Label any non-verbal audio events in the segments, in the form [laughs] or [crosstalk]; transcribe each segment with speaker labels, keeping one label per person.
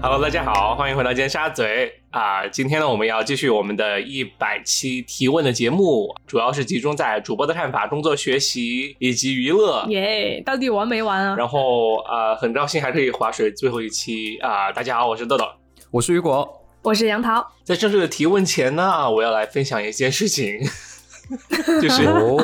Speaker 1: Hello，大家好，欢迎回到尖沙咀啊、今天呢，我们要继续我们的一百期提问的节目，主要是集中在主播的看法、工作、学习以及娱乐。
Speaker 2: [laughs] 耶到底完没完啊？
Speaker 1: 然后呃，很高兴还可以划水最后一期啊、大家好，我是豆豆。
Speaker 3: 我是雨果，
Speaker 2: 我是杨桃，
Speaker 1: 在正式的提问前呢，啊我要来分享一件事
Speaker 2: [laughs]
Speaker 1: 情，就是
Speaker 3: 哦，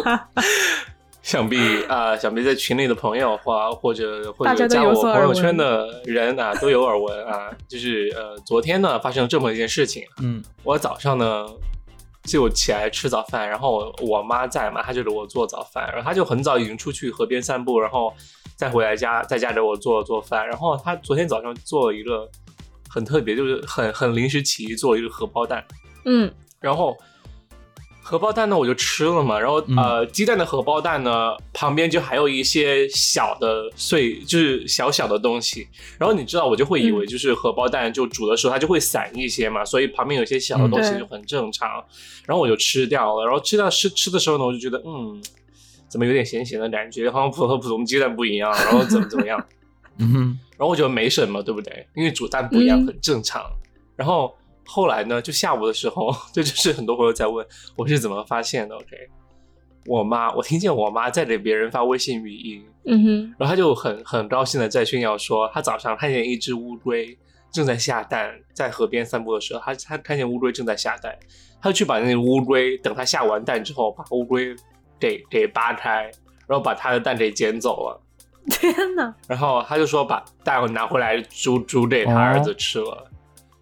Speaker 1: [laughs] 想必啊、呃想必在群里的朋友或或者或
Speaker 2: 大
Speaker 1: 者
Speaker 2: 家都
Speaker 1: 加
Speaker 2: 有
Speaker 1: 我
Speaker 2: 所
Speaker 1: 朋
Speaker 2: 耳
Speaker 1: 友
Speaker 2: 闻
Speaker 1: 圈的人啊，都有耳闻啊。就是呃，昨天呢发生了这么一件事情，
Speaker 3: 嗯，
Speaker 1: 我早上呢就起来吃早饭，然后我我妈在嘛，她就给我做早饭，然后她就很早已经出去河边散步，然后再回来家，在家给我做做饭。然后她昨天早上做了一个很特别，就是很很临时起意做了一个荷包蛋，
Speaker 2: 嗯，
Speaker 1: 然后荷包蛋呢我就吃了嘛，然后、
Speaker 3: 嗯
Speaker 1: 呃鸡蛋的荷包蛋呢旁边就还有一些小的碎，就是小小的东西，然后你知道我就会以为就是荷包蛋就煮的时候它就会散一些嘛，所以旁边有一些小的东西
Speaker 2: 嗯
Speaker 1: 就很正常，然后我就吃掉了，然后吃掉吃吃的时候呢我就觉得嗯怎么有点咸咸的感觉，好像普和普通鸡蛋不一样，然后怎么怎么样。
Speaker 3: 嗯哼，
Speaker 1: 然后我觉得没什么，对不对？因为煮蛋不一样，
Speaker 2: 嗯
Speaker 1: 很正常。然后后来呢，就下午的时候， [laughs] 这就是很多朋友在问我是怎么发现的。OK，我妈，我听见我妈在给别人发微信语音，
Speaker 2: 嗯哼，
Speaker 1: 然后她就很很高兴的在炫耀说，她早上看见一只乌龟正在下蛋，在河边散步的时候，她她看见乌龟正在下蛋，她就去把那个乌龟，等它下完蛋之后，把乌龟给给扒开，然后把它的蛋给捡走了。
Speaker 2: 天哪，
Speaker 1: 然后他就说把蛋拿回来煮煮给他
Speaker 3: 哦
Speaker 1: 儿子吃了，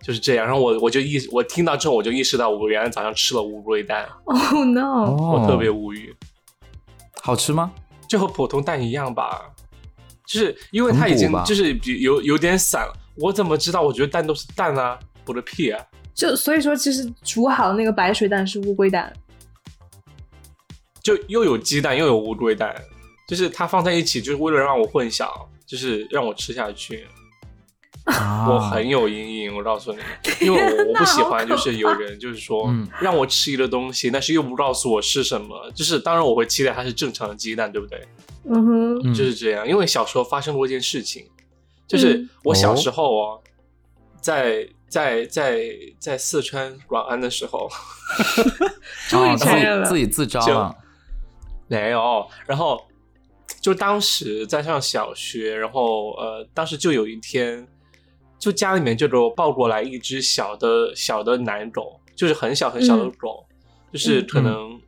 Speaker 1: 就是这样。然后我我就意识我听到之后我就意识到我原来早上吃了乌龟蛋，
Speaker 2: oh, no，
Speaker 3: 哦
Speaker 1: 我特别无语，
Speaker 3: 好吃吗？
Speaker 1: 就和普通蛋一样吧，就是因为
Speaker 3: 很
Speaker 1: 它已
Speaker 3: 补
Speaker 1: 经
Speaker 3: 吧
Speaker 1: 就是比有有点散了，我怎么知道？我觉得蛋都是蛋啊，我的屁啊！
Speaker 2: 就所以说，其实煮好的那个白水蛋是乌龟蛋，
Speaker 1: 就又有鸡蛋又有乌龟蛋，就是它放在一起就是为了让我混淆，就是让我吃下去。
Speaker 3: 啊
Speaker 1: 我很有阴影，我告诉你，因为我我不喜欢，就是有人就是说
Speaker 3: 嗯
Speaker 1: 让我吃一个东西，但是又不告诉我是什么，就是当然我会期待它是正常的鸡蛋，对不对？
Speaker 2: 嗯哼，
Speaker 3: 嗯
Speaker 1: 就是这样，因为小时候发生过一件事情，就是
Speaker 2: 嗯
Speaker 1: 我小时候哦，在在在在四川软安的时候
Speaker 2: 终于
Speaker 3: 哦自
Speaker 2: 承认
Speaker 3: 己
Speaker 2: 了
Speaker 3: 自，己自招
Speaker 1: 就
Speaker 3: 了，
Speaker 1: 没有，然后就当时在上小学，然后呃，当时就有一天，就家里面就给我抱过来一只小的小的奶狗，就是很小很小的
Speaker 2: 嗯
Speaker 1: 狗，就是
Speaker 2: 嗯
Speaker 1: 可能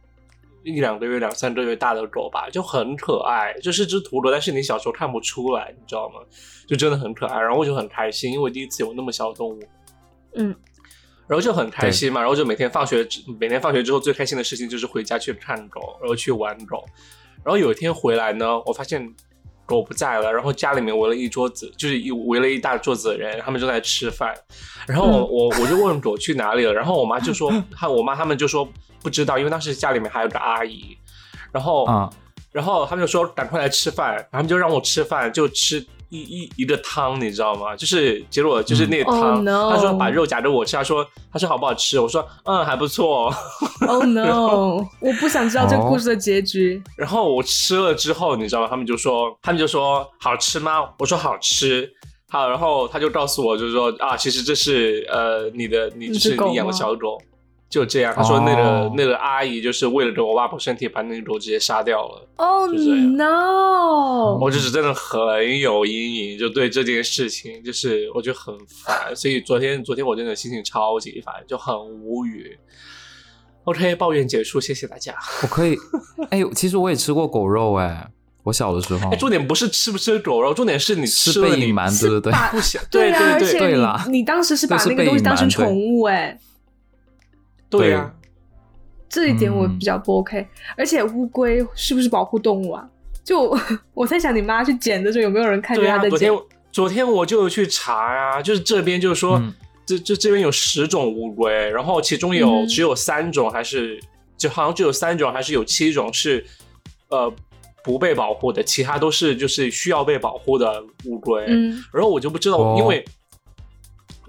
Speaker 1: 一两个月、两三个月大的狗吧，就很可爱，就是只土狗，但是你小时候看不出来，你知道吗？就真的很可爱，然后我就很开心，因为第一次有那么小的动物，
Speaker 2: 嗯，
Speaker 1: 然后就很开心嘛，然后就每天放学之，每天放学之后最开心的事情就是回家去看狗，然后去玩狗。然后有一天回来呢，我发现狗不在了，然后家里面围了一桌子，就是一围了一大桌子的人，他们正在吃饭。然后我我我就问狗去哪里了，然后我妈就说，她我妈他们就说不知道，因为当时家里面还有个阿姨。然后
Speaker 3: 啊，
Speaker 1: 然后他们就说赶快来吃饭，然后他们就让我吃饭，就吃一一一个汤，你知道吗？就是结果就是那个汤，
Speaker 2: 嗯 Oh no
Speaker 1: 他说把肉夹着我吃，他说他说好不好吃？我说嗯还不错。
Speaker 2: Oh
Speaker 1: [laughs]
Speaker 2: no！我不想知道这个故事的结局。
Speaker 1: 然后我吃了之后，你知道吗？他们就说他们就说好吃吗？我说好吃。好，然后他就告诉我，就是说啊，其实这是呃你的你
Speaker 2: 你
Speaker 1: 就是是
Speaker 2: 狗
Speaker 1: 你养的
Speaker 2: 吗
Speaker 1: 小狗，就这样。他说那个、
Speaker 3: 哦
Speaker 1: 那个阿姨就是为了给我挖破身体，把那个狗直接杀掉了。
Speaker 2: Oh
Speaker 1: 哦就这样嗯
Speaker 2: no！
Speaker 1: 我就是真的很有阴影，就对这件事情，就是我觉得很烦，所以昨天昨天我真的心情超级烦，就很无语。OK，抱怨结束，谢谢大家。
Speaker 3: 我可以，哎，其实我也吃过狗肉，哎，我小的时候
Speaker 1: 哎，重点不是吃不吃狗肉，重点是你吃
Speaker 3: 是
Speaker 1: 了
Speaker 3: 被
Speaker 1: 你
Speaker 3: 隐瞒，对对对，
Speaker 2: 把
Speaker 1: 不想
Speaker 2: 对啊，
Speaker 1: 对
Speaker 2: 而
Speaker 1: 对
Speaker 2: 且
Speaker 3: 对啦
Speaker 2: 你你当时是把
Speaker 3: 这是
Speaker 2: 那个
Speaker 3: 被
Speaker 2: 东西
Speaker 3: 隐
Speaker 2: 当成
Speaker 3: 瞒
Speaker 2: 宠物哎，
Speaker 1: 对啊呀、
Speaker 2: 这一点我
Speaker 3: 嗯
Speaker 2: 比较不 OK。而且乌龟是不是保护动物啊？就 [laughs] 我在想，你妈去捡的时候有没有人看见
Speaker 1: 对呀、
Speaker 2: 她在
Speaker 1: 昨
Speaker 2: 捡
Speaker 1: 天？昨天我就有去查呀、就是这边就是说，
Speaker 3: 嗯
Speaker 1: 这这这边有十种乌龟，然后其中有、
Speaker 2: 嗯哼
Speaker 1: 只有三种还是就好像只有三种还是有七种是呃不被保护的，其他都是就是需要被保护的乌龟。
Speaker 2: 嗯，
Speaker 1: 然后我就不知道，
Speaker 3: 哦
Speaker 1: 因为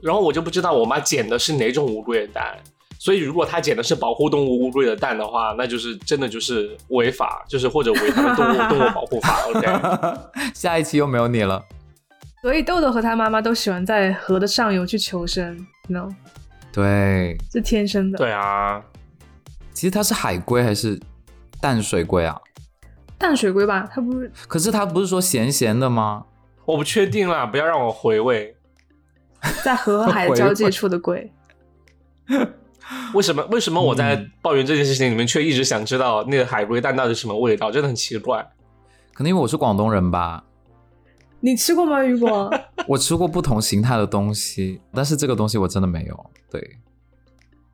Speaker 1: 然后我就不知道我妈捡的是哪种乌龟的蛋。所以，如果她捡的是保护动物乌龟的蛋的话，那就是真的就是违
Speaker 3: [laughs]
Speaker 1: 法，就是或者违反了动物动物保护法。OK，
Speaker 3: 下一期又没有你了，
Speaker 2: 所以豆豆和他妈妈都喜欢在河的上游去求生，no，
Speaker 3: 对，
Speaker 2: 是天生的。
Speaker 1: 对啊，
Speaker 3: 其实它是海龟还是淡水龟啊？
Speaker 2: 淡水龟吧，它不是
Speaker 3: 可是它不是说咸咸的吗？
Speaker 1: 我不确定啦，不要让我回
Speaker 2: [laughs]
Speaker 1: 味。
Speaker 2: 在河和海
Speaker 3: 回
Speaker 2: 交
Speaker 3: 味
Speaker 2: 界处
Speaker 1: [laughs]
Speaker 2: 的龟，
Speaker 1: 为什么为什么我
Speaker 3: 嗯
Speaker 1: 在抱怨这件事情里面，却一直想知道那个海龟蛋到底是什么味道？真的很奇怪。
Speaker 3: 可能因为我是广东人吧，
Speaker 2: 你吃过吗？雨
Speaker 1: [laughs]
Speaker 2: 果，
Speaker 3: 我吃过不同形态的东西，但是这个东西我真的没有。对，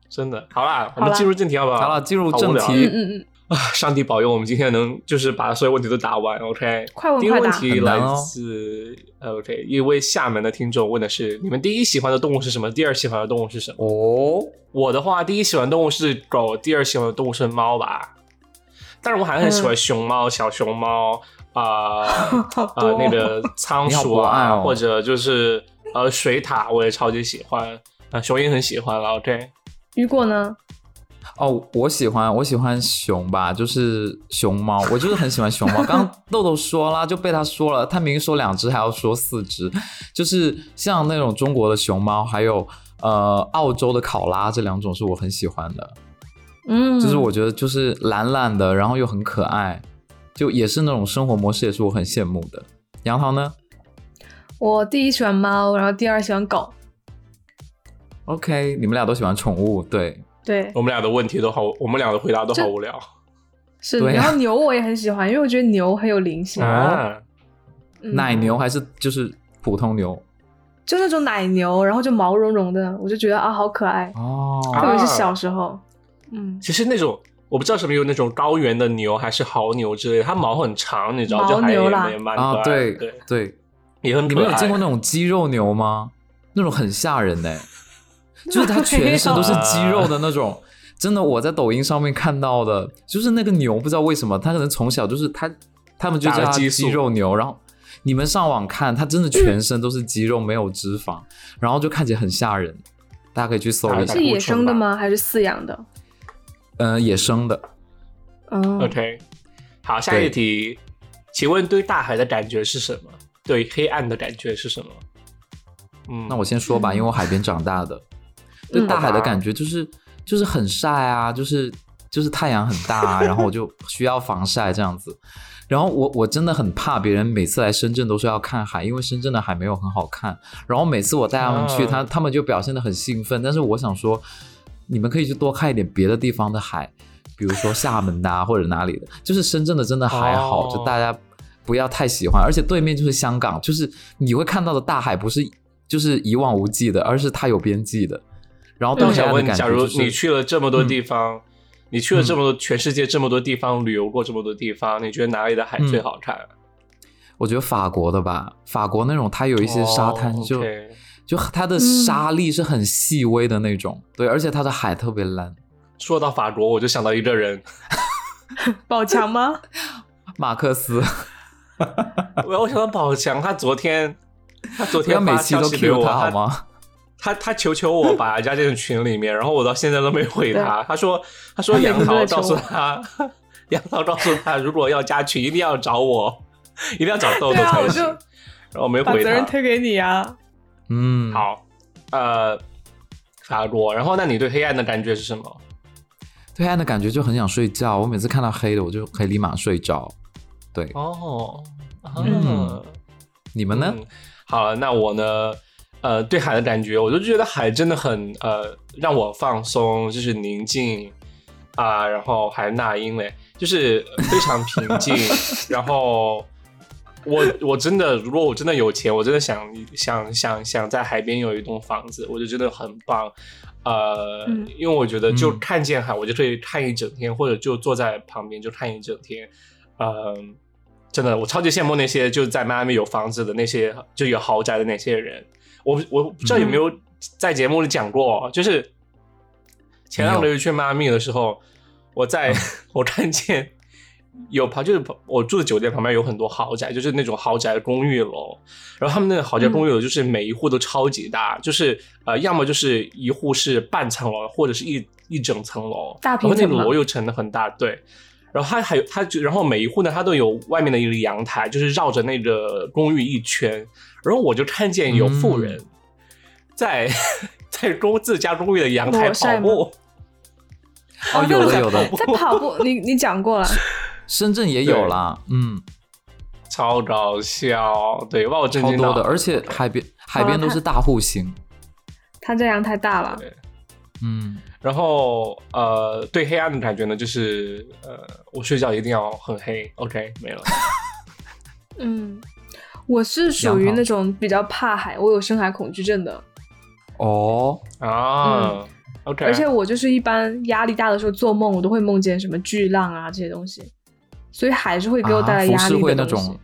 Speaker 1: 真的，好啦，我
Speaker 2: 好
Speaker 1: 们
Speaker 2: 啦
Speaker 1: 进入正题好不好？
Speaker 3: 好了，进入
Speaker 1: 啊好无
Speaker 3: 正
Speaker 1: 聊
Speaker 2: 嗯
Speaker 3: 题，
Speaker 2: 嗯嗯，
Speaker 1: 啊， [laughs] 上帝保佑我们今天能就是把所有问题都答完。OK，
Speaker 2: 快问
Speaker 1: 第一个
Speaker 2: 快
Speaker 1: 问
Speaker 2: 答。
Speaker 1: 题
Speaker 3: 很
Speaker 1: 来
Speaker 3: 难哦
Speaker 1: 自、呃 OK 一位厦门的听众问的是：你们第一喜欢的动物是什么？第二喜欢的动物是什么？
Speaker 3: 哦，
Speaker 1: 我的话，第一喜欢动物是狗，第二喜欢的动物是猫吧。但是我还很
Speaker 2: 嗯
Speaker 1: 喜欢熊猫、小熊猫啊 [laughs]
Speaker 3: [laughs]
Speaker 2: 好
Speaker 1: 啊、呃
Speaker 2: 多
Speaker 1: 那 [laughs] 个仓
Speaker 3: 你好
Speaker 1: 鼠
Speaker 3: 博爱
Speaker 1: 啊，
Speaker 3: 哦
Speaker 1: 或者就是呃水獭，我也超级喜欢。啊、熊也很喜欢了。OK，
Speaker 2: 雨果呢？
Speaker 3: 哦，我喜欢我喜欢熊吧，就是熊猫，我就是很喜欢熊猫。刚刚豆豆说啦，就被他说了，他明明说两只，还要说四只，就是像那种中国的熊猫，还有呃澳洲的考拉这两种是我很喜欢的，
Speaker 2: 嗯，
Speaker 3: 就是我觉得就是懒懒的，然后又很可爱，就也是那种生活模式，也是我很羡慕的。杨桃呢
Speaker 2: 我第一喜欢猫，然后第二喜欢狗。
Speaker 3: ？OK，你们俩都喜欢宠物，对，
Speaker 2: 对，
Speaker 1: 我们俩的问题都好，我们俩的回答都好
Speaker 2: 这
Speaker 1: 无聊
Speaker 2: 是。
Speaker 3: 对啊
Speaker 2: 然后牛我也很喜欢，因为我觉得牛很有灵性。
Speaker 1: 啊。
Speaker 2: 嗯
Speaker 3: 奶牛还是就是普通牛
Speaker 2: 就那种奶牛，然后就毛茸茸的，我就觉得啊，好可爱。
Speaker 3: 哦。
Speaker 2: 特
Speaker 1: 啊
Speaker 2: 别是小时候，嗯，
Speaker 1: 其实那种我不知道什么有那种高原的牛还是牦牛之类的，它毛很长，你知道，
Speaker 2: 牦
Speaker 1: 就还
Speaker 2: 牛
Speaker 1: 也
Speaker 2: 啦
Speaker 1: 也蛮可爱的、
Speaker 3: 啊，对
Speaker 1: 对，
Speaker 3: 对，
Speaker 1: 也很
Speaker 3: 你
Speaker 1: 可
Speaker 3: 们
Speaker 1: 爱。
Speaker 3: 有见过那种肌肉牛吗？那种很吓人呢、就是它全身都是肌肉的那种。真的，我在抖音上面看到的，就是那个牛，不知道为什么，它可能从小就是它，他们就
Speaker 1: 打
Speaker 3: 叫
Speaker 1: 了
Speaker 3: 它
Speaker 1: 激素
Speaker 3: 肌肉牛。然后你们上网看，它真的全身都是肌肉，没有脂肪，然后就看起来很吓人。大家可以去搜一
Speaker 1: 打
Speaker 3: 下
Speaker 2: 是，野
Speaker 1: 过程
Speaker 2: 生的
Speaker 1: 吧
Speaker 2: 吗？还是饲养的？
Speaker 3: 嗯、野生的。
Speaker 2: 嗯
Speaker 1: OK，好，下一
Speaker 3: 对
Speaker 1: 题，请问对大海的感觉是什么？对黑暗的感觉是什么？嗯，
Speaker 3: 那我先说吧，因为我海边长大的，对
Speaker 2: 嗯
Speaker 3: 大海的感觉就是就是很晒啊，就是就是太阳很大、啊，然后我就需要防晒这样子。然后我我真的很怕别人每次来深圳都说要看海，因为深圳的海没有很好看。然后每次我带他们去，
Speaker 1: 啊
Speaker 3: 他他们就表现得很兴奋，但是我想说，你们可以去多看一点别的地方的海，比如说厦门呐、或者哪里的，就是深圳的真的还好，
Speaker 1: 哦
Speaker 3: 就大家不要太喜欢。而且对面就是香港，就是你会看到的大海不是就是一望无际的，而是它有边际的。然后
Speaker 1: 那
Speaker 3: 到
Speaker 1: 我
Speaker 3: 现
Speaker 1: 想
Speaker 3: 哦在的
Speaker 1: 问，
Speaker 3: 感
Speaker 1: 假
Speaker 3: 觉、
Speaker 1: 如
Speaker 3: 就是，
Speaker 1: 你去了这么多
Speaker 3: 嗯
Speaker 1: 地方，你去了
Speaker 3: 嗯
Speaker 1: 这么多、全世界这么多地方旅游过这么多地方，你觉得哪里的海最
Speaker 3: 嗯
Speaker 1: 好看？啊
Speaker 3: 我觉得法国的吧，法国那种它有一些沙滩
Speaker 1: 哦
Speaker 3: 就、
Speaker 1: OK
Speaker 3: 就它的沙粒是很细微的那种，对，而且它的海特别蓝。
Speaker 1: 说到法国，我就想到一个
Speaker 3: [laughs]
Speaker 1: 人，
Speaker 2: 宝强吗？
Speaker 3: 马克
Speaker 1: [laughs]
Speaker 3: 思，
Speaker 1: 我我想到宝强，他昨天他昨
Speaker 3: 不要
Speaker 1: 天
Speaker 3: 每
Speaker 1: 发
Speaker 3: 期
Speaker 1: 消
Speaker 3: 都
Speaker 1: 息给
Speaker 3: Q
Speaker 1: 我，
Speaker 3: 他好吗？
Speaker 1: 他他求求我把他加进群里面，然后我到现在都没回他。他说他说
Speaker 2: 他每
Speaker 1: 杨
Speaker 2: 天都
Speaker 1: 桃
Speaker 2: 在
Speaker 1: 告诉
Speaker 2: 求我
Speaker 1: 他， [laughs] 杨桃告诉他，如果要加群，一定要找我，一定要找豆豆
Speaker 2: 对啊
Speaker 1: 才
Speaker 2: 我
Speaker 1: 行。
Speaker 2: 就
Speaker 1: 然后我没
Speaker 2: 把
Speaker 1: 回
Speaker 2: 责任
Speaker 1: 他。
Speaker 2: 推给你
Speaker 3: [laughs]
Speaker 2: 啊。
Speaker 3: 嗯，
Speaker 1: 好，呃，法国。然后那你对黑暗的感觉是什么？
Speaker 3: 对岸的感觉就很想睡觉。我每次看到黑的，我就可以立马睡着。对，
Speaker 1: 哦，啊
Speaker 3: 嗯你们呢？
Speaker 1: 嗯好了，那我呢？呃，对海的感觉，我就觉得海真的很呃，让我放松，就是宁静啊、然后还那英嘞，就是非常平
Speaker 3: [laughs]
Speaker 1: 静。然后我我真的，如果我真的有钱，我真的想想想想在海边有一栋房子，我就真的很棒。呃，
Speaker 2: 嗯
Speaker 1: 因为我觉得就
Speaker 3: 嗯
Speaker 1: 看见海，我就可以看一整天，或者就坐在旁边就看一整天。嗯、真的，我超级羡慕那些就在迈阿密有房子的那些，就有豪宅的那些人。我我不知道有没有
Speaker 2: 嗯
Speaker 1: 在节目里讲过，哦就是前两个月去迈阿密的时候，我
Speaker 2: 嗯
Speaker 1: 在 [laughs] 我看见有旁就是我住的酒店旁边有很多豪宅，就是那种豪宅公寓楼，然后他们那个豪宅公寓楼
Speaker 2: 嗯
Speaker 1: 就是每一户都超级大，就是呃，要么就是一户是半层楼，或者是一一整层楼，
Speaker 2: 大
Speaker 1: 然后
Speaker 2: 平
Speaker 1: 那
Speaker 2: 层
Speaker 1: 个
Speaker 2: 嘛
Speaker 1: 楼又成的很大，对。然后它还有它就，然后每一户呢，它都有外面的一个阳台，就是绕着那个公寓一圈。然后我就看见有富嗯人在、 [laughs] 在公自家公寓的阳台
Speaker 2: 裸
Speaker 1: 跑
Speaker 2: 晒
Speaker 1: 步，
Speaker 3: [laughs] 哦，有的有的，
Speaker 2: 在跑
Speaker 3: [laughs]
Speaker 2: 步，你你讲过了，
Speaker 3: 深圳也有啦，嗯，
Speaker 1: 超搞笑，对，把我震
Speaker 3: 超
Speaker 1: 惊
Speaker 3: 多
Speaker 1: 到。
Speaker 3: 的，而且海边海边都是大户型，
Speaker 2: 他这阳太大了，
Speaker 3: 嗯，
Speaker 1: 然后呃，对黑暗的感觉呢，就是呃，我睡觉一定要很黑。OK，没 [laughs] 了。
Speaker 2: 嗯，我是属于
Speaker 3: 阳光
Speaker 2: 那种比较怕海，我有深海恐惧症的，
Speaker 3: 哦，
Speaker 1: 啊、o k
Speaker 2: 而且我就是一般压力大的时候做梦，我都会梦见什么巨浪啊这些东西，所以海是会给我带来
Speaker 3: 啊浮
Speaker 2: 压
Speaker 3: 世
Speaker 2: 力
Speaker 3: 会
Speaker 2: 的
Speaker 3: 那
Speaker 2: 东西
Speaker 3: 种，，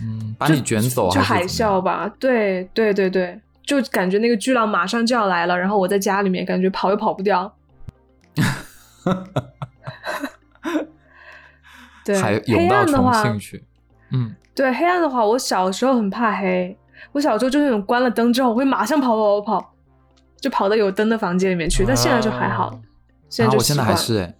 Speaker 3: 嗯，把
Speaker 2: 就
Speaker 3: 你卷走
Speaker 2: 就
Speaker 3: 还
Speaker 2: 海
Speaker 3: 是怎么
Speaker 2: 啸
Speaker 3: 样，
Speaker 2: 吧，对对对对，就感觉那个巨浪马上就要来了，然后我在家里面感觉跑又跑不
Speaker 3: [laughs]
Speaker 2: 掉。对，
Speaker 3: 海
Speaker 2: 黑
Speaker 3: 涌到
Speaker 2: 暗的
Speaker 3: 重
Speaker 2: 话，
Speaker 3: 庆去，嗯，
Speaker 2: 对黑暗的话，我小时候很怕黑，我小时候就是那种关了灯之后，我会马上跑跑跑跑，就跑到有灯的房间里面去。但现在就还好，
Speaker 1: 啊
Speaker 2: 现
Speaker 3: 然
Speaker 2: 在
Speaker 3: 后
Speaker 2: 就
Speaker 3: 哦我现在
Speaker 2: 习惯
Speaker 3: 还
Speaker 2: 了
Speaker 3: 是哎，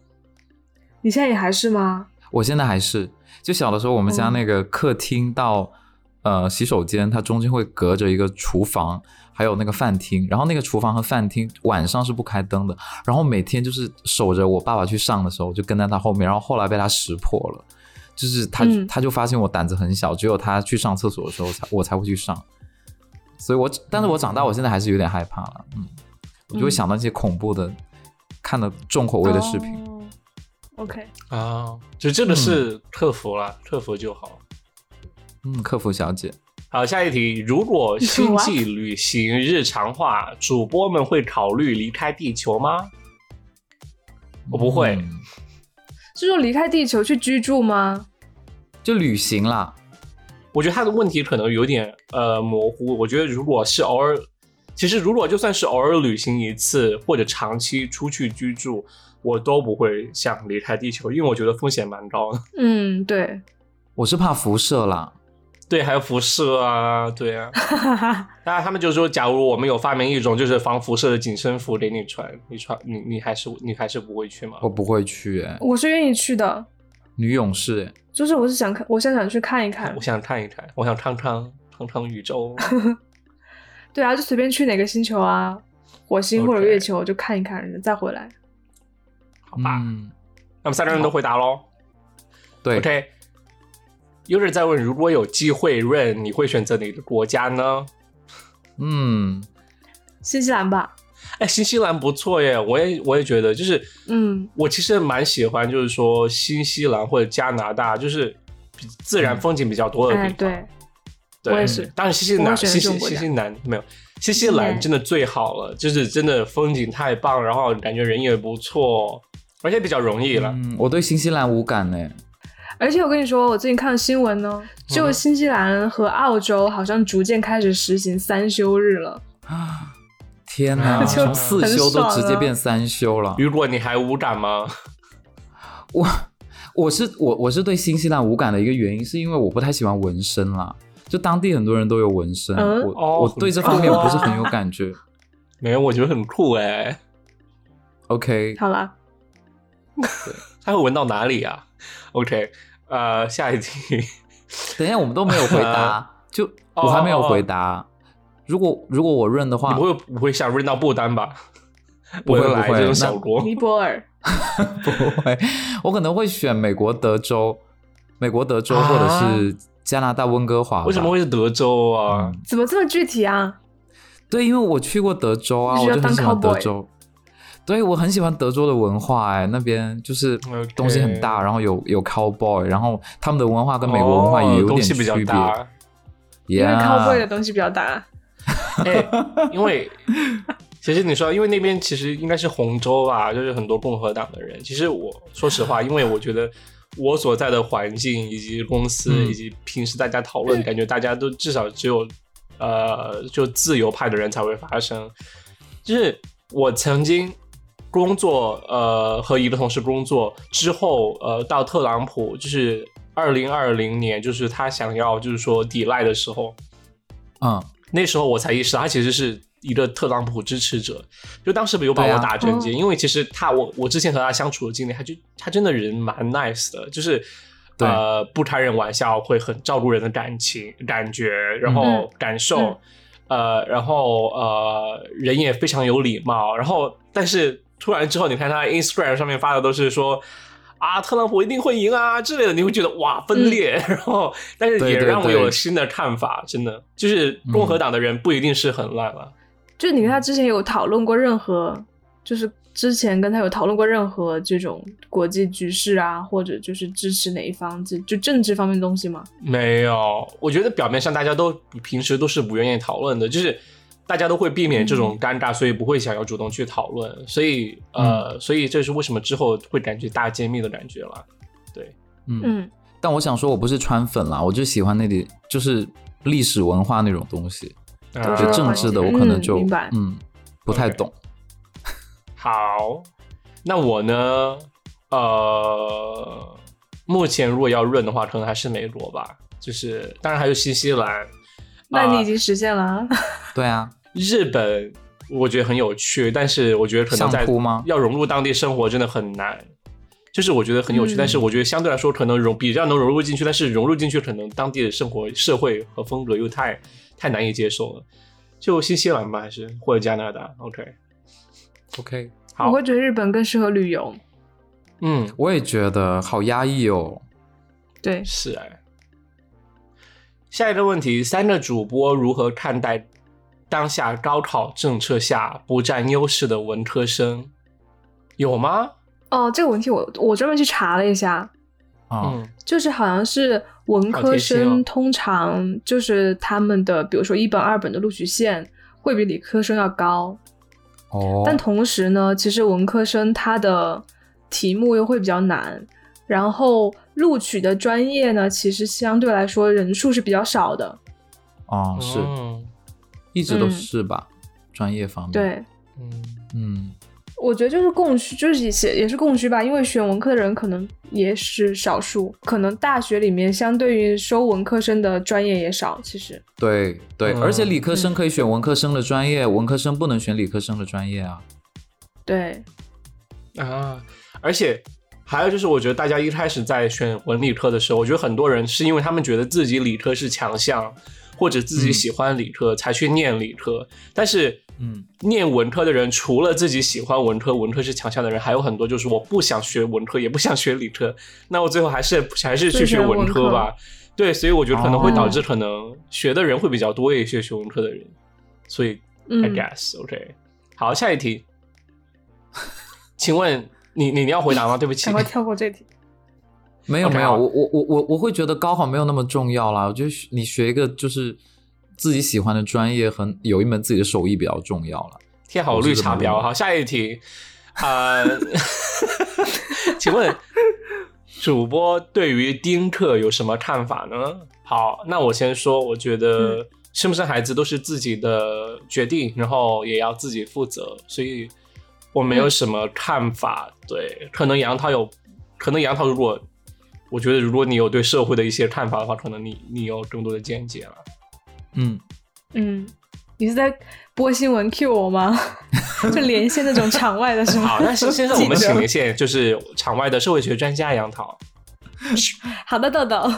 Speaker 2: 你现在也还是吗？
Speaker 3: 我现在还是，就小的时候我们家
Speaker 2: 嗯
Speaker 3: 那个客厅到、呃洗手间，它中间会隔着一个厨房，还有那个饭厅，然后那个厨房和饭厅晚上是不开灯的，然后每天就是守着我爸爸去上的时候，我就跟在他后面，然后后来被他识破了，就是他、
Speaker 2: 嗯
Speaker 3: 他就发现我胆子很小，只有他去上厕所的时候才我才会去上，所以我但是我长大我现在还是有点害怕了，嗯，我就会
Speaker 2: 嗯
Speaker 3: 想到那些恐怖的。看的重口味的视频，
Speaker 2: 哦 OK，
Speaker 1: 啊，就这个是克服了，克服就好。
Speaker 3: 嗯，客服小姐，
Speaker 1: 好，下一题，如果星际旅行日常化，主播们会考虑离开地球吗？我不会
Speaker 3: 嗯
Speaker 2: 是说离开地球去居住吗？
Speaker 3: 就旅行啦，
Speaker 1: 我觉得他的问题可能有点呃模糊。我觉得如果是偶尔，其实如果就算是偶尔旅行一次，或者长期出去居住，我都不会想离开地球，因为我觉得风险蛮高的。 [laughs]
Speaker 2: 嗯，对， [laughs]
Speaker 3: 我是怕辐射啦。
Speaker 1: 对，还有辐射啊，对啊。当然，他们就说，假如我们有发明一种就是防辐射的紧身服给你穿，你穿你你还是你还是不会去吗？
Speaker 3: 我不会去、欸，
Speaker 2: 我是愿意去的，
Speaker 3: 女勇士、欸，
Speaker 2: 就是我是想看，我想想去看一看
Speaker 1: 我。想看一看，我想趟趟趟趟宇
Speaker 2: [laughs]
Speaker 1: 宙。
Speaker 2: 对啊，就随便去哪个星球啊，火星
Speaker 1: OK
Speaker 2: 或者月球就看一看，然后再回来。
Speaker 1: 好吧，
Speaker 3: 嗯，
Speaker 1: 那么三个人都回答喽。
Speaker 3: 对
Speaker 1: OK，有人在问，如果有机会润，你会选择哪个国家呢？
Speaker 3: 嗯，
Speaker 2: 新西兰吧，
Speaker 1: 哎，新西兰不错耶，我也我也觉得，就是
Speaker 2: 嗯，
Speaker 1: 我其实蛮喜欢，就是说新西兰或者加拿大，就是比自然
Speaker 3: 嗯
Speaker 1: 风景比较多的地
Speaker 2: 哎，
Speaker 1: 方。
Speaker 2: 对，
Speaker 1: 对，
Speaker 2: 我也是
Speaker 1: 当然，新西
Speaker 2: 我
Speaker 1: 兰，
Speaker 2: 会选
Speaker 1: 新
Speaker 2: 中
Speaker 1: 西
Speaker 2: 国
Speaker 1: 新
Speaker 2: 家
Speaker 1: 西兰没有，新西兰
Speaker 2: 嗯
Speaker 1: 真的最好了，就是真的风景太棒，然后感觉人也不错，而且比较容易了。
Speaker 3: 嗯，我对新西兰无感呢、
Speaker 2: 而且我跟你说，我最近看了新闻呢，就
Speaker 1: 嗯
Speaker 2: 新西兰和澳洲好像逐渐开始实行三休日了。
Speaker 3: 啊，天哪，
Speaker 1: [laughs] 就
Speaker 3: 从四休都直接变三休了。
Speaker 1: 如果你还无感吗？啊
Speaker 3: 我我是我我是对新西兰无感的一个原因，是因为我不太喜欢纹身啦。就当地很多人都有纹身，
Speaker 2: 嗯
Speaker 3: 我、
Speaker 1: 哦
Speaker 3: 我对这方面不是很有感觉。
Speaker 1: 没有，我觉得很酷哎，
Speaker 3: [laughs] OK，
Speaker 2: 好啦，
Speaker 1: 它会闻到哪里啊？OK，呃，下一题，
Speaker 3: 等一下我们都没有回
Speaker 1: [laughs]
Speaker 3: 答，就我还没有回答。如果如果我润的
Speaker 1: 哦你
Speaker 3: 话
Speaker 1: 不，会不会想润到不丹吧？
Speaker 3: 不会
Speaker 1: 文莱
Speaker 3: 不会
Speaker 1: 这种
Speaker 3: 那
Speaker 1: 小国，
Speaker 2: 尼泊尔，
Speaker 3: [laughs] 不会，我可能会选美国德州，美国德州或者是加拿大温哥华吧。
Speaker 1: 为什么会是德州啊？
Speaker 3: 嗯
Speaker 2: 怎么这么具体啊？
Speaker 3: 对，因为我去过德州啊，
Speaker 2: 你是
Speaker 3: 我
Speaker 2: 要
Speaker 3: 就很喜欢
Speaker 2: 当 cowboy
Speaker 3: 德州。对，我很喜欢德州的文化、哎，那边就是东西很大
Speaker 1: OK
Speaker 3: 然后有有 cowboy，然后他们的文化跟美国文化也
Speaker 1: 哦
Speaker 3: 有
Speaker 1: 东
Speaker 3: 点
Speaker 1: 西
Speaker 3: 区
Speaker 1: 比较
Speaker 3: 别。
Speaker 1: 大，
Speaker 2: 因为
Speaker 3: Yeah
Speaker 2: 靠背的东西比较大。
Speaker 1: 哎，因为其实你说，因为那边其实应该是红州吧，就是很多共和党的人。其实我说实话，因为我觉得我所在的环境以及公司、
Speaker 3: 嗯
Speaker 1: 以及平时大家讨论，感觉大家都至少只有呃，就自由派的人才会发生。就是我曾经工作，呃，和一个同事工作之后，呃，到特朗普就是二零二零年，就是他想要就是说抵赖的时候，
Speaker 3: 嗯，
Speaker 1: 那时候我才意识到，他其实是一个特朗普支持者，就当时有把
Speaker 3: 对
Speaker 1: 我
Speaker 3: 啊
Speaker 1: 打震惊，
Speaker 2: 哦
Speaker 1: 因为其实他我我之前和他相处的经历，他就他真的人蛮 nice 的，就是
Speaker 3: 对
Speaker 1: 呃不开人玩笑，会很照顾人的感情感觉，然后
Speaker 2: 嗯
Speaker 1: 感受，呃，然后呃人也非常有礼貌，然后但是突然之后，你看他 Instagram 上面发的都是说。啊，特朗普一定会赢啊之类的，你会觉得哇分
Speaker 2: 嗯
Speaker 1: 裂， [laughs] 然后但是
Speaker 3: 对
Speaker 1: 也
Speaker 3: 对
Speaker 1: 让我
Speaker 3: 对
Speaker 1: 有了新的看法，真的就是共
Speaker 3: 嗯
Speaker 1: 和党的人不一定是很烂了，
Speaker 2: 就你跟他之前有讨论过任何，就是之前跟他有讨论过任何这种国际局势啊，或者就是支持哪一方，就就政治方面的东西吗？
Speaker 1: 没有，我觉得表面上大家都平时都是不愿意讨论的，就是大家都会避免这
Speaker 3: 嗯
Speaker 1: 种尴尬，所以不会想要主动去讨论，所以呃，所以这是为什么之后会感觉大揭秘的感觉了。
Speaker 3: 嗯，
Speaker 2: 嗯，
Speaker 3: 但我想说，我不是川粉啦，我就喜欢那里就是历史文化那种东西，
Speaker 1: 啊嗯
Speaker 2: 都是
Speaker 3: 对
Speaker 2: 文
Speaker 3: 政
Speaker 2: 化
Speaker 3: 治的
Speaker 2: 性
Speaker 3: 我可能
Speaker 2: 嗯
Speaker 3: 就
Speaker 2: 明白
Speaker 3: 嗯不太
Speaker 1: OK
Speaker 3: 懂。
Speaker 1: 好，那我呢？呃，目前如果要润的话，可能还是美国吧，就是当然还有新西兰，
Speaker 2: 那你
Speaker 1: 啊
Speaker 2: 已经实现了啊，
Speaker 3: 对啊，
Speaker 1: 日本我觉得很有趣，但是我觉得可能在
Speaker 3: 相扑吗
Speaker 1: 要融入当地生活真的很难。就是我觉得很有趣，
Speaker 2: 嗯
Speaker 1: 但是我觉得相对来说可能融比较能融入进去，但是融入进去可能当地的生活、社会和风格又太太难以接受了。就新西兰吧，还是或者加拿大？OK，
Speaker 3: OK，
Speaker 1: 好
Speaker 2: 我会觉得日本更适合旅游。
Speaker 1: 嗯，
Speaker 3: 我也觉得好压抑哦。
Speaker 2: 对，
Speaker 1: 是哎。下一个问题：三个主播如何看待当下高考政策下不占优势的文科生？有吗？
Speaker 2: 哦，这个问题我我专门去查了一下，
Speaker 3: 啊、
Speaker 1: 嗯，
Speaker 2: 就是好像是文
Speaker 1: 好
Speaker 2: 科
Speaker 1: 贴心哦
Speaker 2: 生通常就是他们的，比如说一本、二本的录取线会比理科生要高，
Speaker 3: 哦，
Speaker 2: 但同时呢，其实文科生他的题目又会比较难，然后录取的专业呢，其实相对来说人数是比较少的。
Speaker 3: 啊、是、
Speaker 1: 嗯
Speaker 3: 一直都
Speaker 2: 嗯
Speaker 3: 是吧、专业方面，，
Speaker 2: 对，
Speaker 1: 嗯
Speaker 3: 嗯，
Speaker 2: 我觉得就是供需，就是也是也是供需吧，因为选文科的人可能也是少数，可能大学里面相对于收文科生的专业也少，其实。
Speaker 3: 对对、而且
Speaker 1: 嗯
Speaker 3: 理科生
Speaker 2: 嗯
Speaker 3: 可以选文科生的专业，文科生不能选理科生的专业啊。
Speaker 2: 对，
Speaker 1: 啊，而且还有就是，我觉得大家一开始在选文理科的时候，我觉得很多人是因为他们觉得自己理科是强项，或者自己
Speaker 3: 嗯
Speaker 1: 喜欢理科、才去念理科，但是。
Speaker 3: 嗯，
Speaker 1: 念文科的人，除了自己喜欢文科，文科是强项的人，还有很多就是我不想学文科，也不想学理科，那我最后还是还是去学文科哦吧。对，所以我觉得可能会导致可能学的人会比较多一些，学文科的人。所以 I
Speaker 2: 嗯，
Speaker 1: guess、OK。好，下一题， [laughs] 请问你你你要回答吗？对不起
Speaker 2: 赶，快跳过这题。
Speaker 3: 没有
Speaker 1: OK，
Speaker 3: 没有，
Speaker 1: 好
Speaker 3: 我我我我我会觉得高考没有那么重要啦，我觉得你学一个就是自己喜欢的专业和有一门自己的手艺比较重要了。
Speaker 1: 贴好绿茶婊。
Speaker 3: 我是这么认为
Speaker 1: 好，下一题，呃，请问主播对于丁克有什么看法呢？好，那我先说，我觉得生不生孩子都是自己的决定，然后也要自己负责，所以我没有什么看法。对，可能杨涛有，可能杨涛如果。我觉得，如果你有对社会的一些看法的话，可能你你有更多的见解了。
Speaker 3: 嗯，
Speaker 2: 嗯，你是在播新闻 cue
Speaker 1: [laughs]
Speaker 2: 我吗？就连线那种场外的是吗？
Speaker 1: 好，那先先让我们
Speaker 2: [laughs] 记
Speaker 1: 请
Speaker 2: 者
Speaker 1: 连线，就是场外的社会学专家杨桃。
Speaker 2: 好的，豆豆。